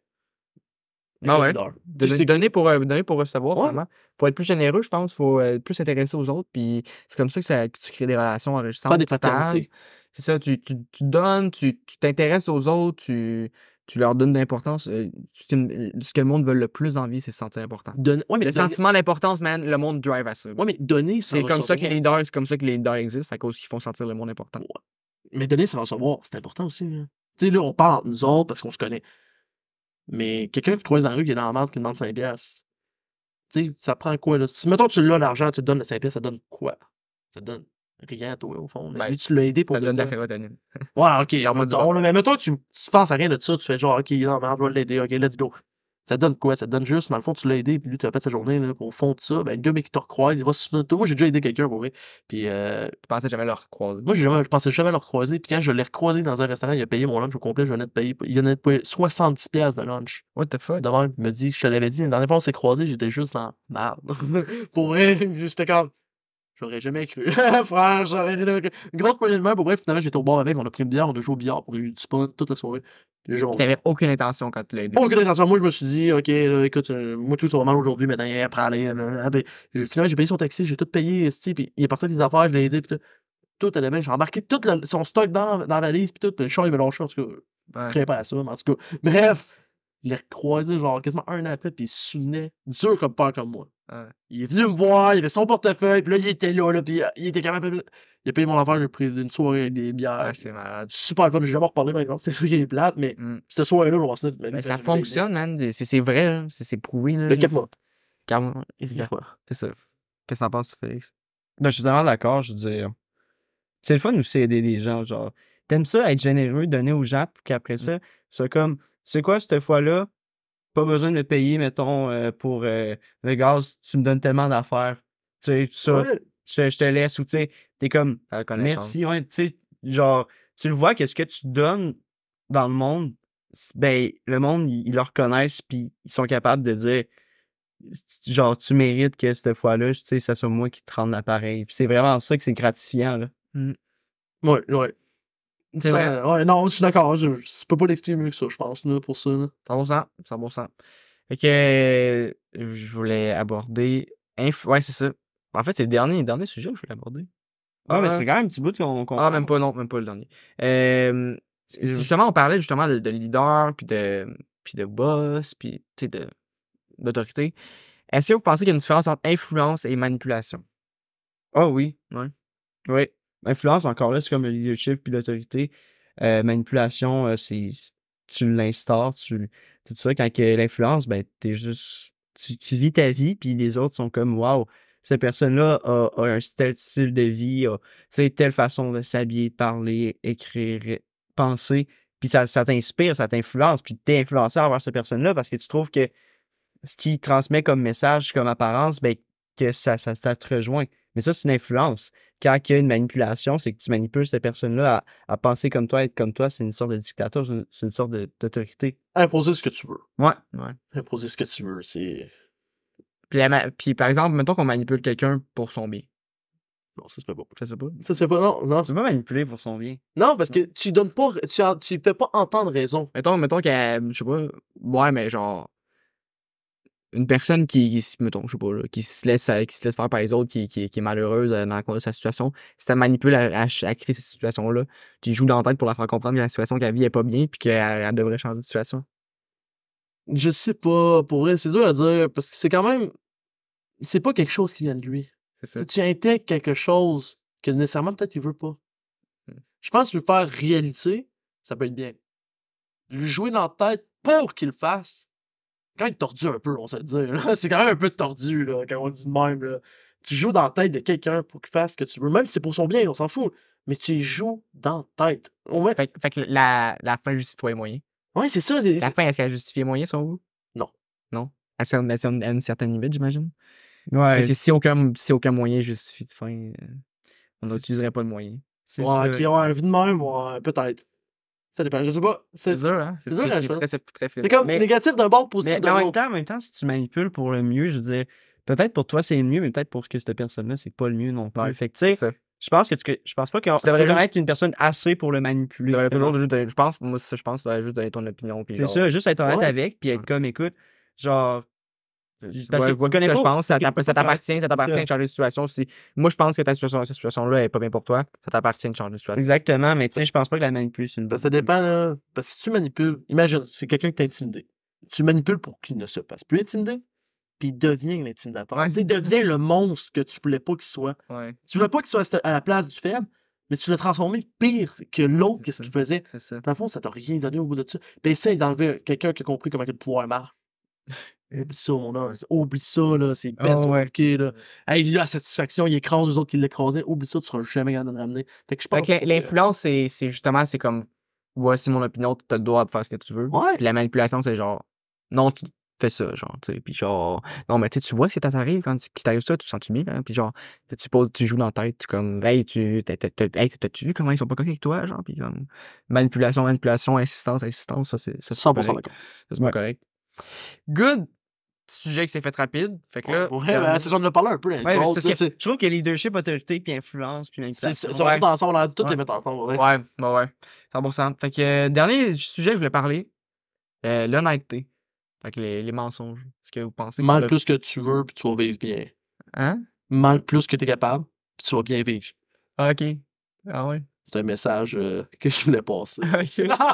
Ah un ouais. leader. Donner, Tu sais- donner pour, euh, donner pour recevoir, Ouais. vraiment. Faut être plus généreux, je pense. Faut euh, être plus s'intéresser aux autres. Puis c'est comme ça que, ça- que tu crées des relations enrichissantes. Faire des stables. paternités. C'est ça, tu, tu, tu donnes, tu tu t'intéresses aux autres, tu, tu leur donnes de l'importance. euh, tu- tu- Ce que le monde veut le plus en vie, c'est se sentir important. Donner- ouais, mais Le donner- sentiment d'importance, man, le monde drive à ça. ouais, mais donner, sans c'est comme ça que les recevoir. leaders, c'est comme ça que les leaders existent, à cause qu'ils font sentir le monde important. Mais donner, sans recevoir, c'est important aussi. hein. Tu sais, là, on parle entre nous autres parce qu'on se connaît. Mais quelqu'un que tu croises dans la rue qui est dans la merde, qui demande 5 piastres, tu sais, ça prend quoi, là? Si, mettons, tu l'as l'argent, tu te donnes le 5 piastres, ça donne quoi? Ça donne rien à toi, au fond. là. Ben, Lui, tu l'as aidé pour Ça donne de de la quoi? sérotonine. Ouais, ok, on mode va du dire, rapport. oh, là, mais mettons, tu, tu penses à rien de ça, tu fais genre, ok, non, mais on va l'aider, ok, let's go. Ça donne quoi? Ça donne juste, dans le fond, tu l'as aidé, puis lui, tu répètes sa journée, là, au fond de ça, ben, le gars, mais qui te recroise, il va se souvenir de toi. Moi, j'ai déjà aidé quelqu'un, pour vrai. Puis, euh, Tu pensais jamais leur croiser. moi, j'ai jamais, je pensais jamais le recroiser, puis quand je l'ai recroisé dans un restaurant, il a payé mon lunch au complet, je venais de payer, il venait de payer 70$ piastres de lunch. What the fuck? De même, il me dit, je te l'avais dit, la dernière fois, on s'est croisés, j'étais juste dans merde. pour vrai, j'étais comme, j'aurais jamais cru. Frère, j'aurais jamais cru. Une grosse poignée de main, pour vrai, finalement, j'étais au bar avec, on a pris une bière, on a joué au billard, on a eu du fun toute la soirée. Le jour, T'avais aucune intention quand tu l'as aidé. Bon, écoute, attention, moi, je me suis dit, OK, là, écoute, euh, moi, tout ça va mal aujourd'hui, maintenant, après, allez, là, là, puis, euh, finalement, j'ai payé son taxi, j'ai tout payé, esti, puis il est parti avec des affaires, je l'ai aidé, puis tout. Tout allait bien, j'ai embarqué tout le- son stock dans, dans la valise, puis tout, le char, il me lâché, en tout cas, Ouais. je croyais pas à ça, mais en tout cas, bref, il l'a recroisé, genre, quasiment un an après, puis il se souvenait, dur comme peur comme moi. Ouais. Il est venu me voir, il avait son portefeuille, puis là, il était là, là, puis euh, il était capable, de- il a payé mon affaire, j'ai pris une soirée, avec des bières, Ah, c'est malade. super fun, j'ai jamais reparlé, par exemple, c'est sûr qu'il est plate, mais Mm. cette soirée-là, je vais se mettre ma vie Ben, quand ça je l'ai aidé. fonctionne, man. C'est- C'est c'est vrai, là. c'est c'est prouvé. Là. Le capot. Car- Regarde. C'est ça. Qu'est-ce que t'en penses, Félix? Non, Ben, je suis totalement d'accord, je veux dire. C'est le fun aussi aider les gens, genre. T'aimes ça être généreux, donner aux gens, puis Mm. qu'après ça, c'est comme, tu sais quoi, cette fois-là, pas besoin de me payer, mettons, euh, pour euh, le gaz, tu me donnes tellement d'affaires. Tu sais, ça, Ouais. je, je te laisse, ou tu sais, t'es comme, La reconnaissance. merci, ouais, tu sais, genre, tu le vois que ce que tu donnes dans le monde, c- ben, le monde, ils, ils le reconnaissent, puis ils sont capables de dire, genre, tu mérites que cette fois-là, tu sais, ça soit moi qui te rende l'appareil. Puis c'est vraiment ça que c'est gratifiant, là. Ouais, ouais. C'est vrai. Ça- Ben, ouais, non, je suis d'accord. Je, je peux pas l'expliquer mieux que ça, je pense, là, pour ça. là. 100%. 100%. Fait que euh, je voulais aborder. inf- Ouais, c'est ça. En fait, c'est le dernier, le dernier sujet que je voulais aborder. Ah, mais Ouais. c'est quand même un petit bout qu'on. qu'on- Ah, même pas, non, même pas le dernier. Euh, c'est- justement, on parlait justement de, de leader, puis de, puis de boss, puis tu sais, de- d'autorité. Est-ce que vous pensez qu'il y a une différence entre influence et manipulation? Ah oui. Ouais. Oui. Influence, encore là, c'est comme le leadership puis l'autorité. Euh, manipulation, euh, c'est. Tu l'instaures, tu. Tout ça. Quand que l'influence, ben, t'es juste. Tu, tu vis ta vie, puis les autres sont comme, waouh, cette personne-là a, a un tel style de vie, a tu sais, telle façon de s'habiller, parler, écrire, penser. Puis ça, ça t'inspire, ça t'influence, puis t'es influencé envers cette personne-là parce que tu trouves que ce qu'il transmet comme message, comme apparence, ben, que ça, ça, ça te rejoint. Mais ça, c'est une influence. Quand il y a une manipulation, c'est que tu manipules cette personne-là à, à penser comme toi, être comme toi. C'est une sorte de dictateur, c'est une, c'est une sorte de- d'autorité. Imposer ce que tu veux. Ouais. ouais. Imposer ce que tu veux, c'est. Puis, la ma- puis par exemple, mettons qu'on manipule quelqu'un pour son bien. Non, ça se fait pas. Ça se fait pas. Ça se fait pas, non, non. Tu peux pas manipuler pour son bien. Non, parce que tu donnes pas. Tu, en- tu fais pas entendre raison. Mettons, mettons qu'elle, je sais pas, ouais, mais genre, une personne qui, qui se- mettons, je sais pas, là, qui se laisse, euh, qui se laisse faire par les autres, qui, qui, qui est malheureuse euh, dans la- sa situation, si tu manipule à, à, à créer cette situation-là, tu y joues dans la tête pour la faire comprendre que la situation qu'elle vit est pas bien, puis qu'elle elle devrait changer de situation. Je sais pas, pour vrai, c'est dur à dire, parce que c'est quand même. C'est pas quelque chose qui vient de lui. C'est Tu sais, tu intègres quelque chose que nécessairement peut-être il veut pas. Mmh. Je pense que lui faire réalité, ça peut être bien. Lui jouer dans la tête pour qu'il le fasse, quand même tordu un peu, on se le dit. là. C'est quand même un peu tordu là, quand on dit de même. là. Tu joues dans la tête de quelqu'un pour qu'il fasse ce que tu veux. Même si c'est pour son bien, on s'en fout. Mais tu y joues dans la tête. Au moins- Fait, que- fait que la, la fin justifie pas les moyens. Ouais, c'est ça. c'est- La fin, est-ce qu'elle justifie les moyens, selon vous? Non. Non? À, cer- à cer- à une certaine limite, j'imagine. Ouais. Parce que si aucun, si aucun moyen justifie de fin, euh, on n'utiliserait pas de moyens. c'est ouais, ça. ok, ouais, vie de même, ouais, peut-être. Ça dépend, je sais pas. C'est C'est dur, hein? c'est dur, la c'est chose. très, c'est très c'est comme Mais- négatif d'un bord, positif Mais d'un en même, autre. temps, en même temps, si tu manipules pour le mieux, je veux dire, peut-être pour toi, c'est le mieux, mais peut-être pour que cette personne-là, c'est pas le mieux non plus. Ouais, Fait que, tu sais, ça. je pense que tu, que- je pense pas qu'on Tu devrais devrait juste- connaître une personne assez pour le Tu manipuler. devrais toujours juste donner- je pense, moi, ça, je pense, tu devrais juste donner ton opinion. puis C'est genre- ça, juste être honnête Ouais. avec, puis être Ouais. comme, écoute, genre, Je- parce ouais, que vois tu connais ça, pas- Je pense, ça tu connais t'app- pas ça ta- t'appartient, ça t'appartient ça. de changer de situation. Si, moi, je pense que ta situation, cette situation-là est pas bien pour toi, ça t'appartient de changer de situation. exactement, mais tu sais, je pense pas que la manipuler, c'est une Ben, bonne. ça dépend, là. Parce que si tu manipules, imagine, c'est quelqu'un qui t'a intimidé. Tu manipules pour qu'il ne se fasse plus intimider, puis il devient l'intimidateur. Ouais. Tu sais, Il devient le monstre que tu voulais pas qu'il soit. Ouais, Tu voulais pas qu'il soit à cette- à la place du faible, mais tu l'as transformé pire que l'autre, qu'est-ce qu'il faisait. c'est ça. Dans le fond, ça t'a rien donné au bout de ça. Ben, essaye d'enlever quelqu'un qui a compris comment que le pouvoir marche. Oublie ça, mon homme. Oublie ça, là. C'est bête, Oh, ouais. compliqué, là. Hey, lui, la satisfaction, il écrase les autres qui l'écrasaient. Oublie ça, tu seras jamais capable de le ramener. Fait que je Fait pense. que l'in- que- l'influence, c'est c'est justement, c'est comme, voici mon opinion, tu as le droit de faire ce que tu veux. Ouais. Puis la manipulation, c'est genre, non, tu fais ça, genre, tu sais. Puis genre, non, mais tu sais, tu vois ce qui t'arrive quand tu- qui t'arrive ça, tu te sens-tu bien, hein? Puis genre, tu- tu poses, tu joues dans la tête, tu comme, hey, tu, t'as- t'as- t'as- hey, t'as-tu vu comment ils sont pas corrects avec toi, genre, puis comme, manipulation, manipulation, insistance, insistance, ça, c'est ça, c'est pas 100% correct. d'accord. Ça, c'est pas correct. Good! Sujet qui s'est fait rapide. Fait que là. Ouais, ben, c'est ça, on en a parlé un peu. là, Ouais, mais les c'est autres, ce que- tu sais, je trouve que leadership, autorité, puis influence, puis C'est manipulation. c'est- c'est vraiment ensemble, on a tout Ouais. les mettre ensemble. ouais. Ouais, bah ouais, ouais. 100%. Fait que, euh, dernier sujet que je voulais parler, euh, l'honnêteté. Fait que les, les mensonges. Est-ce que vous pensez. qu'on Mal peut- plus que tu veux, puis tu vas vivre bien. Hein? Mal plus que tu es capable, puis tu vas bien vivre. Ah, ok. Ah ouais. C'est un message euh, que je voulais passer.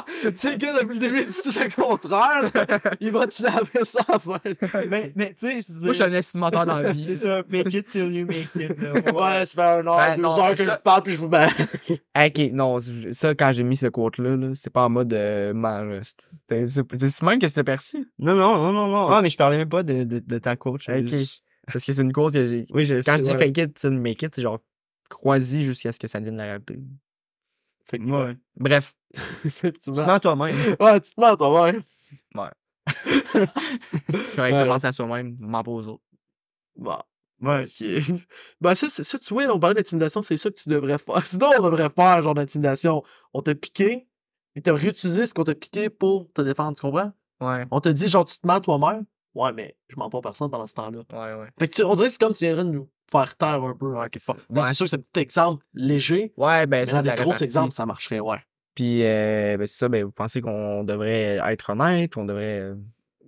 tu Ok. sais, que depuis le début, il dit tout le contraire. Il va te laver ça à Mais, mais tu sais, je Moi, je suis disais. un estimateur dans la vie. C'est ça, make it till you make it. là. Ouais, ça fait un heure, Ben deux non, heures que ça- je parle, puis je vous mets. Ok, non, c'est- ça, quand j'ai mis ce quote-là, là, c'est pas en mode euh, man, C'est c'est- c'est même que c'était perçu. Non, non, non, non, non. Ah, mais je parlais même pas de, de, de ta coach. Ok. Parce que c'est une quote que j'ai. Oui, je Quand sais, tu dis ouais. fake it, tu make it, c'est genre crois-y jusqu'à ce que ça devienne la réalité. Fait que, Ouais. Bref. tu Tu mens. mens toi-même. Ouais, tu te mens toi-même. C'est vrai que Ouais. tu penses à soi-même, m'en pas aux autres. Bon. Ouais, ok. Ben, ça, c'est- ça, tu vois, on parlait d'intimidation, c'est ça que tu devrais faire. Sinon, on devrait faire, genre, d'intimidation. On t'a piqué, et t'as réutilisé ce qu'on t'a piqué pour te défendre, tu comprends? Ouais. On te dit, genre, tu te mens à toi-même. Ouais, mais je mens pas à personne pendant ce temps-là. Ouais, ouais. Fait que tu, on dirait que c'est comme tu viendrais de nous faire taire un peu. Ouais, Ouais. C'est sûr que c'est un petit exemple léger, Ouais, ben, mais c'est dans de la des gros répartie. exemples, ça marcherait, ouais. Puis, euh, ben, c'est ça, ben, vous pensez qu'on devrait euh, être honnête, on devrait. euh,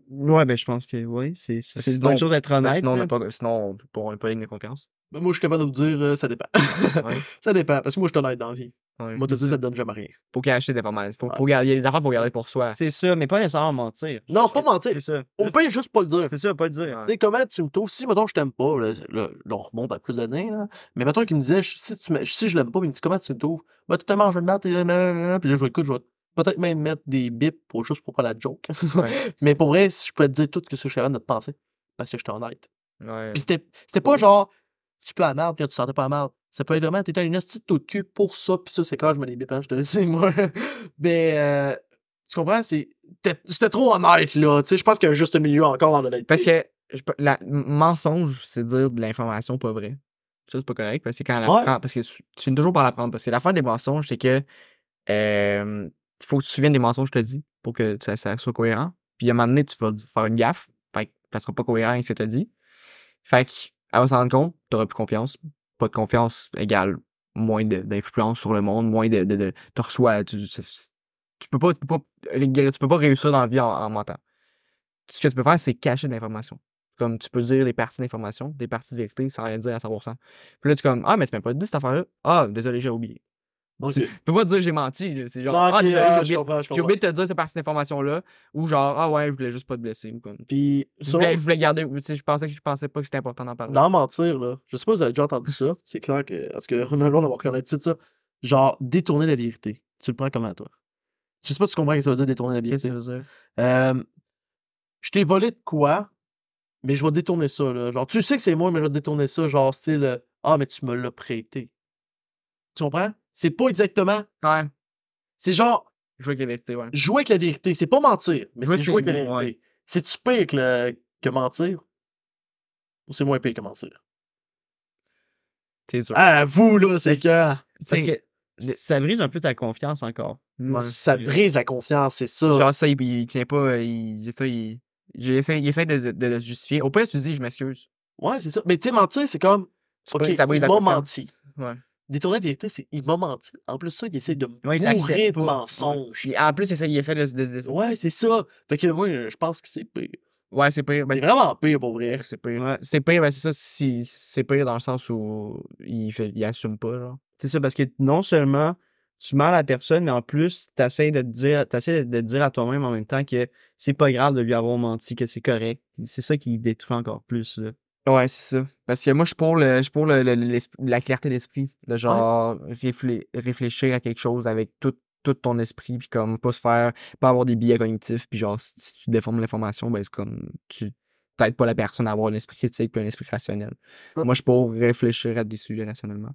Ouais, ben je pense que oui, c'est c'est- c'est une Sinon- bonne chose d'être ben, honnête. sinon, on là. n'a pas, sinon, on peut- on n'a pas ligne de confiance. Mais Ben, moi, je suis capable de vous dire, euh, ça dépend. Ouais. ça dépend, parce que moi, je suis honnête dans la vie. ouais. Moi, te dis, ça te donne jamais rien. Faut cacher des informations. Faut, faut garder, il y a des affaires, faut garder pour soi. C'est ça, mais pas nécessairement mentir. Non, pas mentir. C'est ça. On peut juste pas le dire. C'est ça, pas dire. Tu sais, comment tu me trouves? Si, mettons, je t'aime pas, là, là, là, on remonte à plus d'années, là. Mais mettons qu'il me disait, je- si, tu me- si je l'aime pas, il me dit, comment tu me trouves? Bah, t'es tellement je vais le Puis là, je vais écouter, je vais peut-être même mettre des bips pour, juste pour pas la joke. Ouais. Mais pour vrai, si je pouvais te dire tout ce que je suis capable de te penser, parce que j'étais honnête. Ouais. Puis c'était, c'était pas genre, tu peux la merde, tiens, tu sentais pas la merde. Ça peut être vraiment, t'étais un hostie de taux de cul pour ça, puis ça, c'est quand je mets des bips, hein, je te le dis, moi. Mais, euh, tu comprends? C'est, t'es- c'était trop honnête, là. Tu sais, je pense qu'il y a un juste milieu encore dans l'honnêteté. Parce que, je peux- la, m- mensonge, c'est dire de l'information pas vraie. Ça, c'est pas correct parce que quand elle Ouais. apprend, parce que tu tu finis toujours par l'apprendre. Parce que l'affaire des mensonges, c'est que euh, il faut que tu te souviennes des mensonges que je te dis pour que ça, ça soit cohérent. Puis à un moment donné, tu vas faire une gaffe. Fait que ça sera pas cohérent avec ce que tu as dit. Fait que, elle va s'en rendre compte, t'auras plus confiance. Pas de confiance égale moins de- d'influence sur le monde, moins de. de, de t'en reçois- tu, ça- tu peux pas, tu peux pas, tu peux pas réussir dans la vie en, en mentant. Ce que tu peux faire, c'est cacher de l'information. Comme tu peux dire des parties d'information, des parties de vérité sans rien dire à 100%. Puis là, tu es comme Ah, mais tu m'as pas dit cette affaire-là. Ah, désolé, j'ai oublié. Ok. Tu peux pas dire j'ai menti. là. C'est genre euh, Non, Ah, ok, désolé, ah, j'ai je oublié. comprends, je J'ai comprends. oublié de te dire cette partie d'information-là. Ou genre Ah ouais, je voulais juste pas te blesser. Ou comme, Puis, je, selon- voulais, je voulais garder. Tu sais, je pensais que je pensais pas que c'était important d'en parler. Non, mentir, là. Je sais pas si vous avez déjà entendu ça. C'est clair que. Parce que Ronaldo, on va reconnaître tout de suite ça. Genre, détourner la vérité. Tu le prends comme à toi. Je sais pas si tu comprends ce que ça veut dire détourner la Qu'est-ce vérité. que ça veut dire? Euh, je t'ai volé de quoi, mais je vais détourner ça, là. Genre, tu sais que c'est moi, mais je vais détourner ça. Genre, style. euh, Ah, mais tu me l'as prêté. Tu comprends? C'est pas exactement. Ouais, C'est genre, je vois qu'il y a vérité, ouais. jouer avec la vérité. C'est pas mentir, mais Jouer c'est sur jouer avec la les vérité. mots, C'est-tu pire que, le- que mentir? Ou c'est moins pire que mentir? C'est sûr. Ah, vous, là, c'est que. Parce C'est- que Mmh, ça brise un peu ta confiance encore. Ouais. Ça brise la confiance, c'est ça. Genre ça, il, il tient pas, euh, il, c'est ça, il, il essaie, il essaie de, de, de se justifier. Au pire, tu dis, je m'excuse. Ouais, c'est ça. Mais tu sais, mentir, c'est comme. Tu Ok, peux- ça brise il la m'a confiance. menti. Ouais. Détourner la vérité, c'est il m'a menti. En plus, de ça, il essaie de Ouais, il l'accepte mourir de pas. mensonges. Puis en plus, il essaie, il essaie de, se- de, de- Ouais, c'est ça. Fait que moi, je pense que c'est pire. Ouais, c'est pire. C'est Ben, vraiment pire pour vrai. c'est pire. C'est pire, ben, c'est ça, si, c'est pire dans le sens où il, fait, il assume pas, genre. C'est ça, parce que non seulement tu mens à la personne, mais en plus, tu essaies de te dire, t'essaies de te dire à toi-même en même temps que c'est pas grave de lui avoir menti, que c'est correct. C'est ça qui détruit encore plus. là. Ouais, c'est ça. Parce que moi, je suis pour, le, je suis pour le, le- l'es- la clarté d'esprit. De genre, réflé- réfléchir à quelque chose avec tout, tout ton esprit, puis comme, pas se faire, pas avoir des biais cognitifs, puis genre, si, si tu déformes l'information, ben c'est comme, tu t'aides pas la personne à avoir un esprit critique puis un esprit rationnel. Ouais. Moi, je suis pour réfléchir à des sujets rationnellement.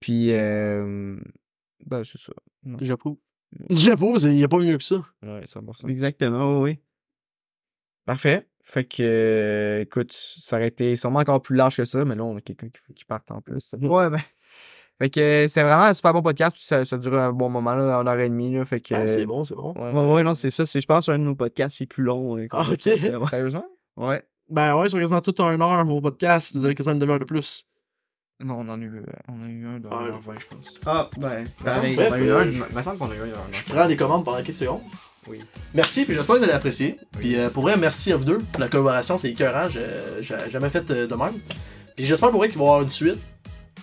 Puis, euh, ben, c'est ça. J'approuve. J'approuve, il n'y a pas mieux que ça. Ouais, 100%. Exactement, oui, oui. Parfait. Fait que, euh, écoute, ça aurait été sûrement encore plus large que ça, mais là, on a quelqu'un qui, faut- qui parte en plus. Ouais, ben, Fait que euh, c'est vraiment un super bon podcast. puis ça, ça dure un bon moment, là, une heure et demie. Là, fait que, euh, Ah, c'est bon, c'est bon. Ouais. ouais, ouais, non, c'est ça. c'est- Je pense que un de nos podcasts, c'est plus long. euh, qu'on Ah, a ok. fait, ouais. Sérieusement? Ouais. Ben ouais, ils sont quasiment tout un heure pour podcast. Vous avez quasiment une demi-heure de plus. Non, on en a eu, euh, on a eu un dans Ah, l'heure 20, je pense. Ah, ben, Il pareil. me Bref, semble qu'on a eu un- euh, il me- il me semble qu'on a eu un. dans- Je prends les commandes pendant quelques secondes. Oui. Merci, puis j'espère que vous allez apprécier. Puis euh, pour vrai, merci à vous deux. La collaboration, c'est écœurant. Je- J'ai jamais fait euh, de même. Puis j'espère pour vrai qu'il va y avoir une suite.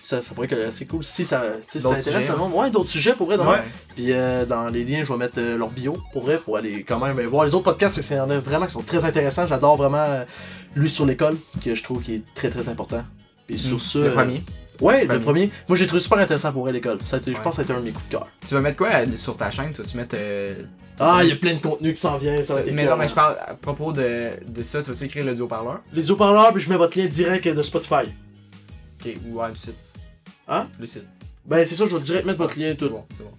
Ça, ça pourrait que c'est cool si ça, si ça D'autres intéresse sujets, hein. le monde. Ouais, d'autres sujets pour vrai. de même. Ouais. Puis euh, dans les liens, je vais mettre euh, leur bio pour vrai, pour aller quand même euh, voir les autres podcasts, parce qu'il y en a vraiment qui sont très intéressants. J'adore vraiment euh, lui sur l'école, que je trouve qui est très très important. Puis sur ce. Mm. Le euh, premier. ouais, le Premier. premier. Moi, j'ai trouvé super intéressant pour vrai l'école. Ça a été- Je Ouais. pense que ça a été un de mes coups de cœur. Tu vas mettre quoi euh, sur ta chaîne? Tu vas-tu mettre. euh, Ah, il y a plein de contenu qui s'en vient, ça va être Mais non, écœurant. mais je parle à propos de, de ça, tu vas-tu écrire le duo parleur? Les haut-parleurs, puis je mets votre lien direct de Spotify. Ok, ou ouais, le site. Hein? Le site. Ben, c'est ça, je vais direct mettre votre lien et C'est tout. bon, c'est bon.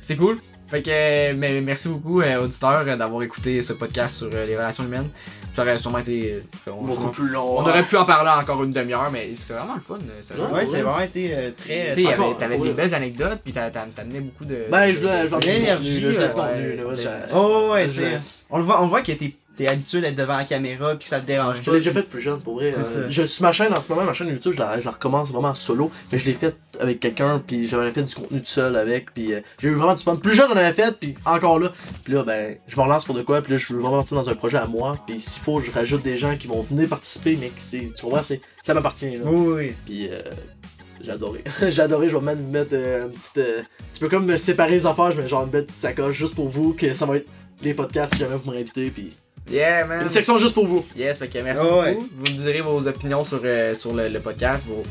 C'est cool. Fait que, euh, mais merci beaucoup, euh, auditeurs, euh, d'avoir écouté ce podcast sur euh, les relations humaines. Ça aurait sûrement été. euh, on, Beaucoup on- plus long. on aurait pu en parler encore une demi-heure, mais c'est vraiment le fun. euh, sérieux. Ouais, Ouais, c'est vraiment été euh, très. Tu sais, il y encore, avait- t'avais ouais. des belles anecdotes, puis t'a- t'a- t'amenais beaucoup de. Ben, de- je l'ai- de- j'en ai l'énergie, contenu, là, je l'ai ouais, contenu, là, ouais, j'ai- Oh, ouais, je tu sais, l'ai- On le voit, on voit que t'es es habitué d'être devant la caméra puis que ça te dérange Je pas. l'ai déjà fait plus jeune, pour vrai. C'est euh, ça. je, sur ma chaîne, en ce moment, ma chaîne YouTube, je la, je la recommence vraiment en solo. Mais je l'ai faite avec quelqu'un, puis j'avais fait du contenu tout seul avec, puis euh, j'ai eu vraiment du fun. Plus jeune, on avait fait, puis encore là. Puis là, ben, je me relance pour de quoi, puis là, je veux vraiment partir dans un projet à moi. Puis s'il faut, je rajoute des gens qui vont venir participer, mais que c'est, tu comprends, c'est, ça m'appartient, là. Oui, oui. Puis euh, j'ai adoré. j'ai adoré, je vais même mettre euh, un petit. euh, tu peux comme me séparer les affaires, je mets genre une belle petite sacoche juste pour vous, que ça va être les podcasts si jamais vous me réinvitez, puis Yeah, Ah, man. une section juste pour vous. Yes, fait que merci Ah ouais. beaucoup. Vous me direz vos opinions sur, euh, sur le, le podcast. vos-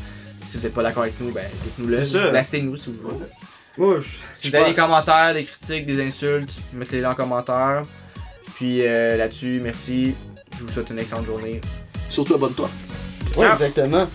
Si vous n'êtes pas d'accord avec nous, ben, dites-nous le. C'est ça. Placez-nous si vous voulez. Ouais, je- Si je vous avez des pense- commentaires, des critiques, des insultes, mettez-les en commentaire. Puis euh, là-dessus, merci. Je vous souhaite une excellente journée. Surtout abonne-toi. Ouais, Ciao. exactement.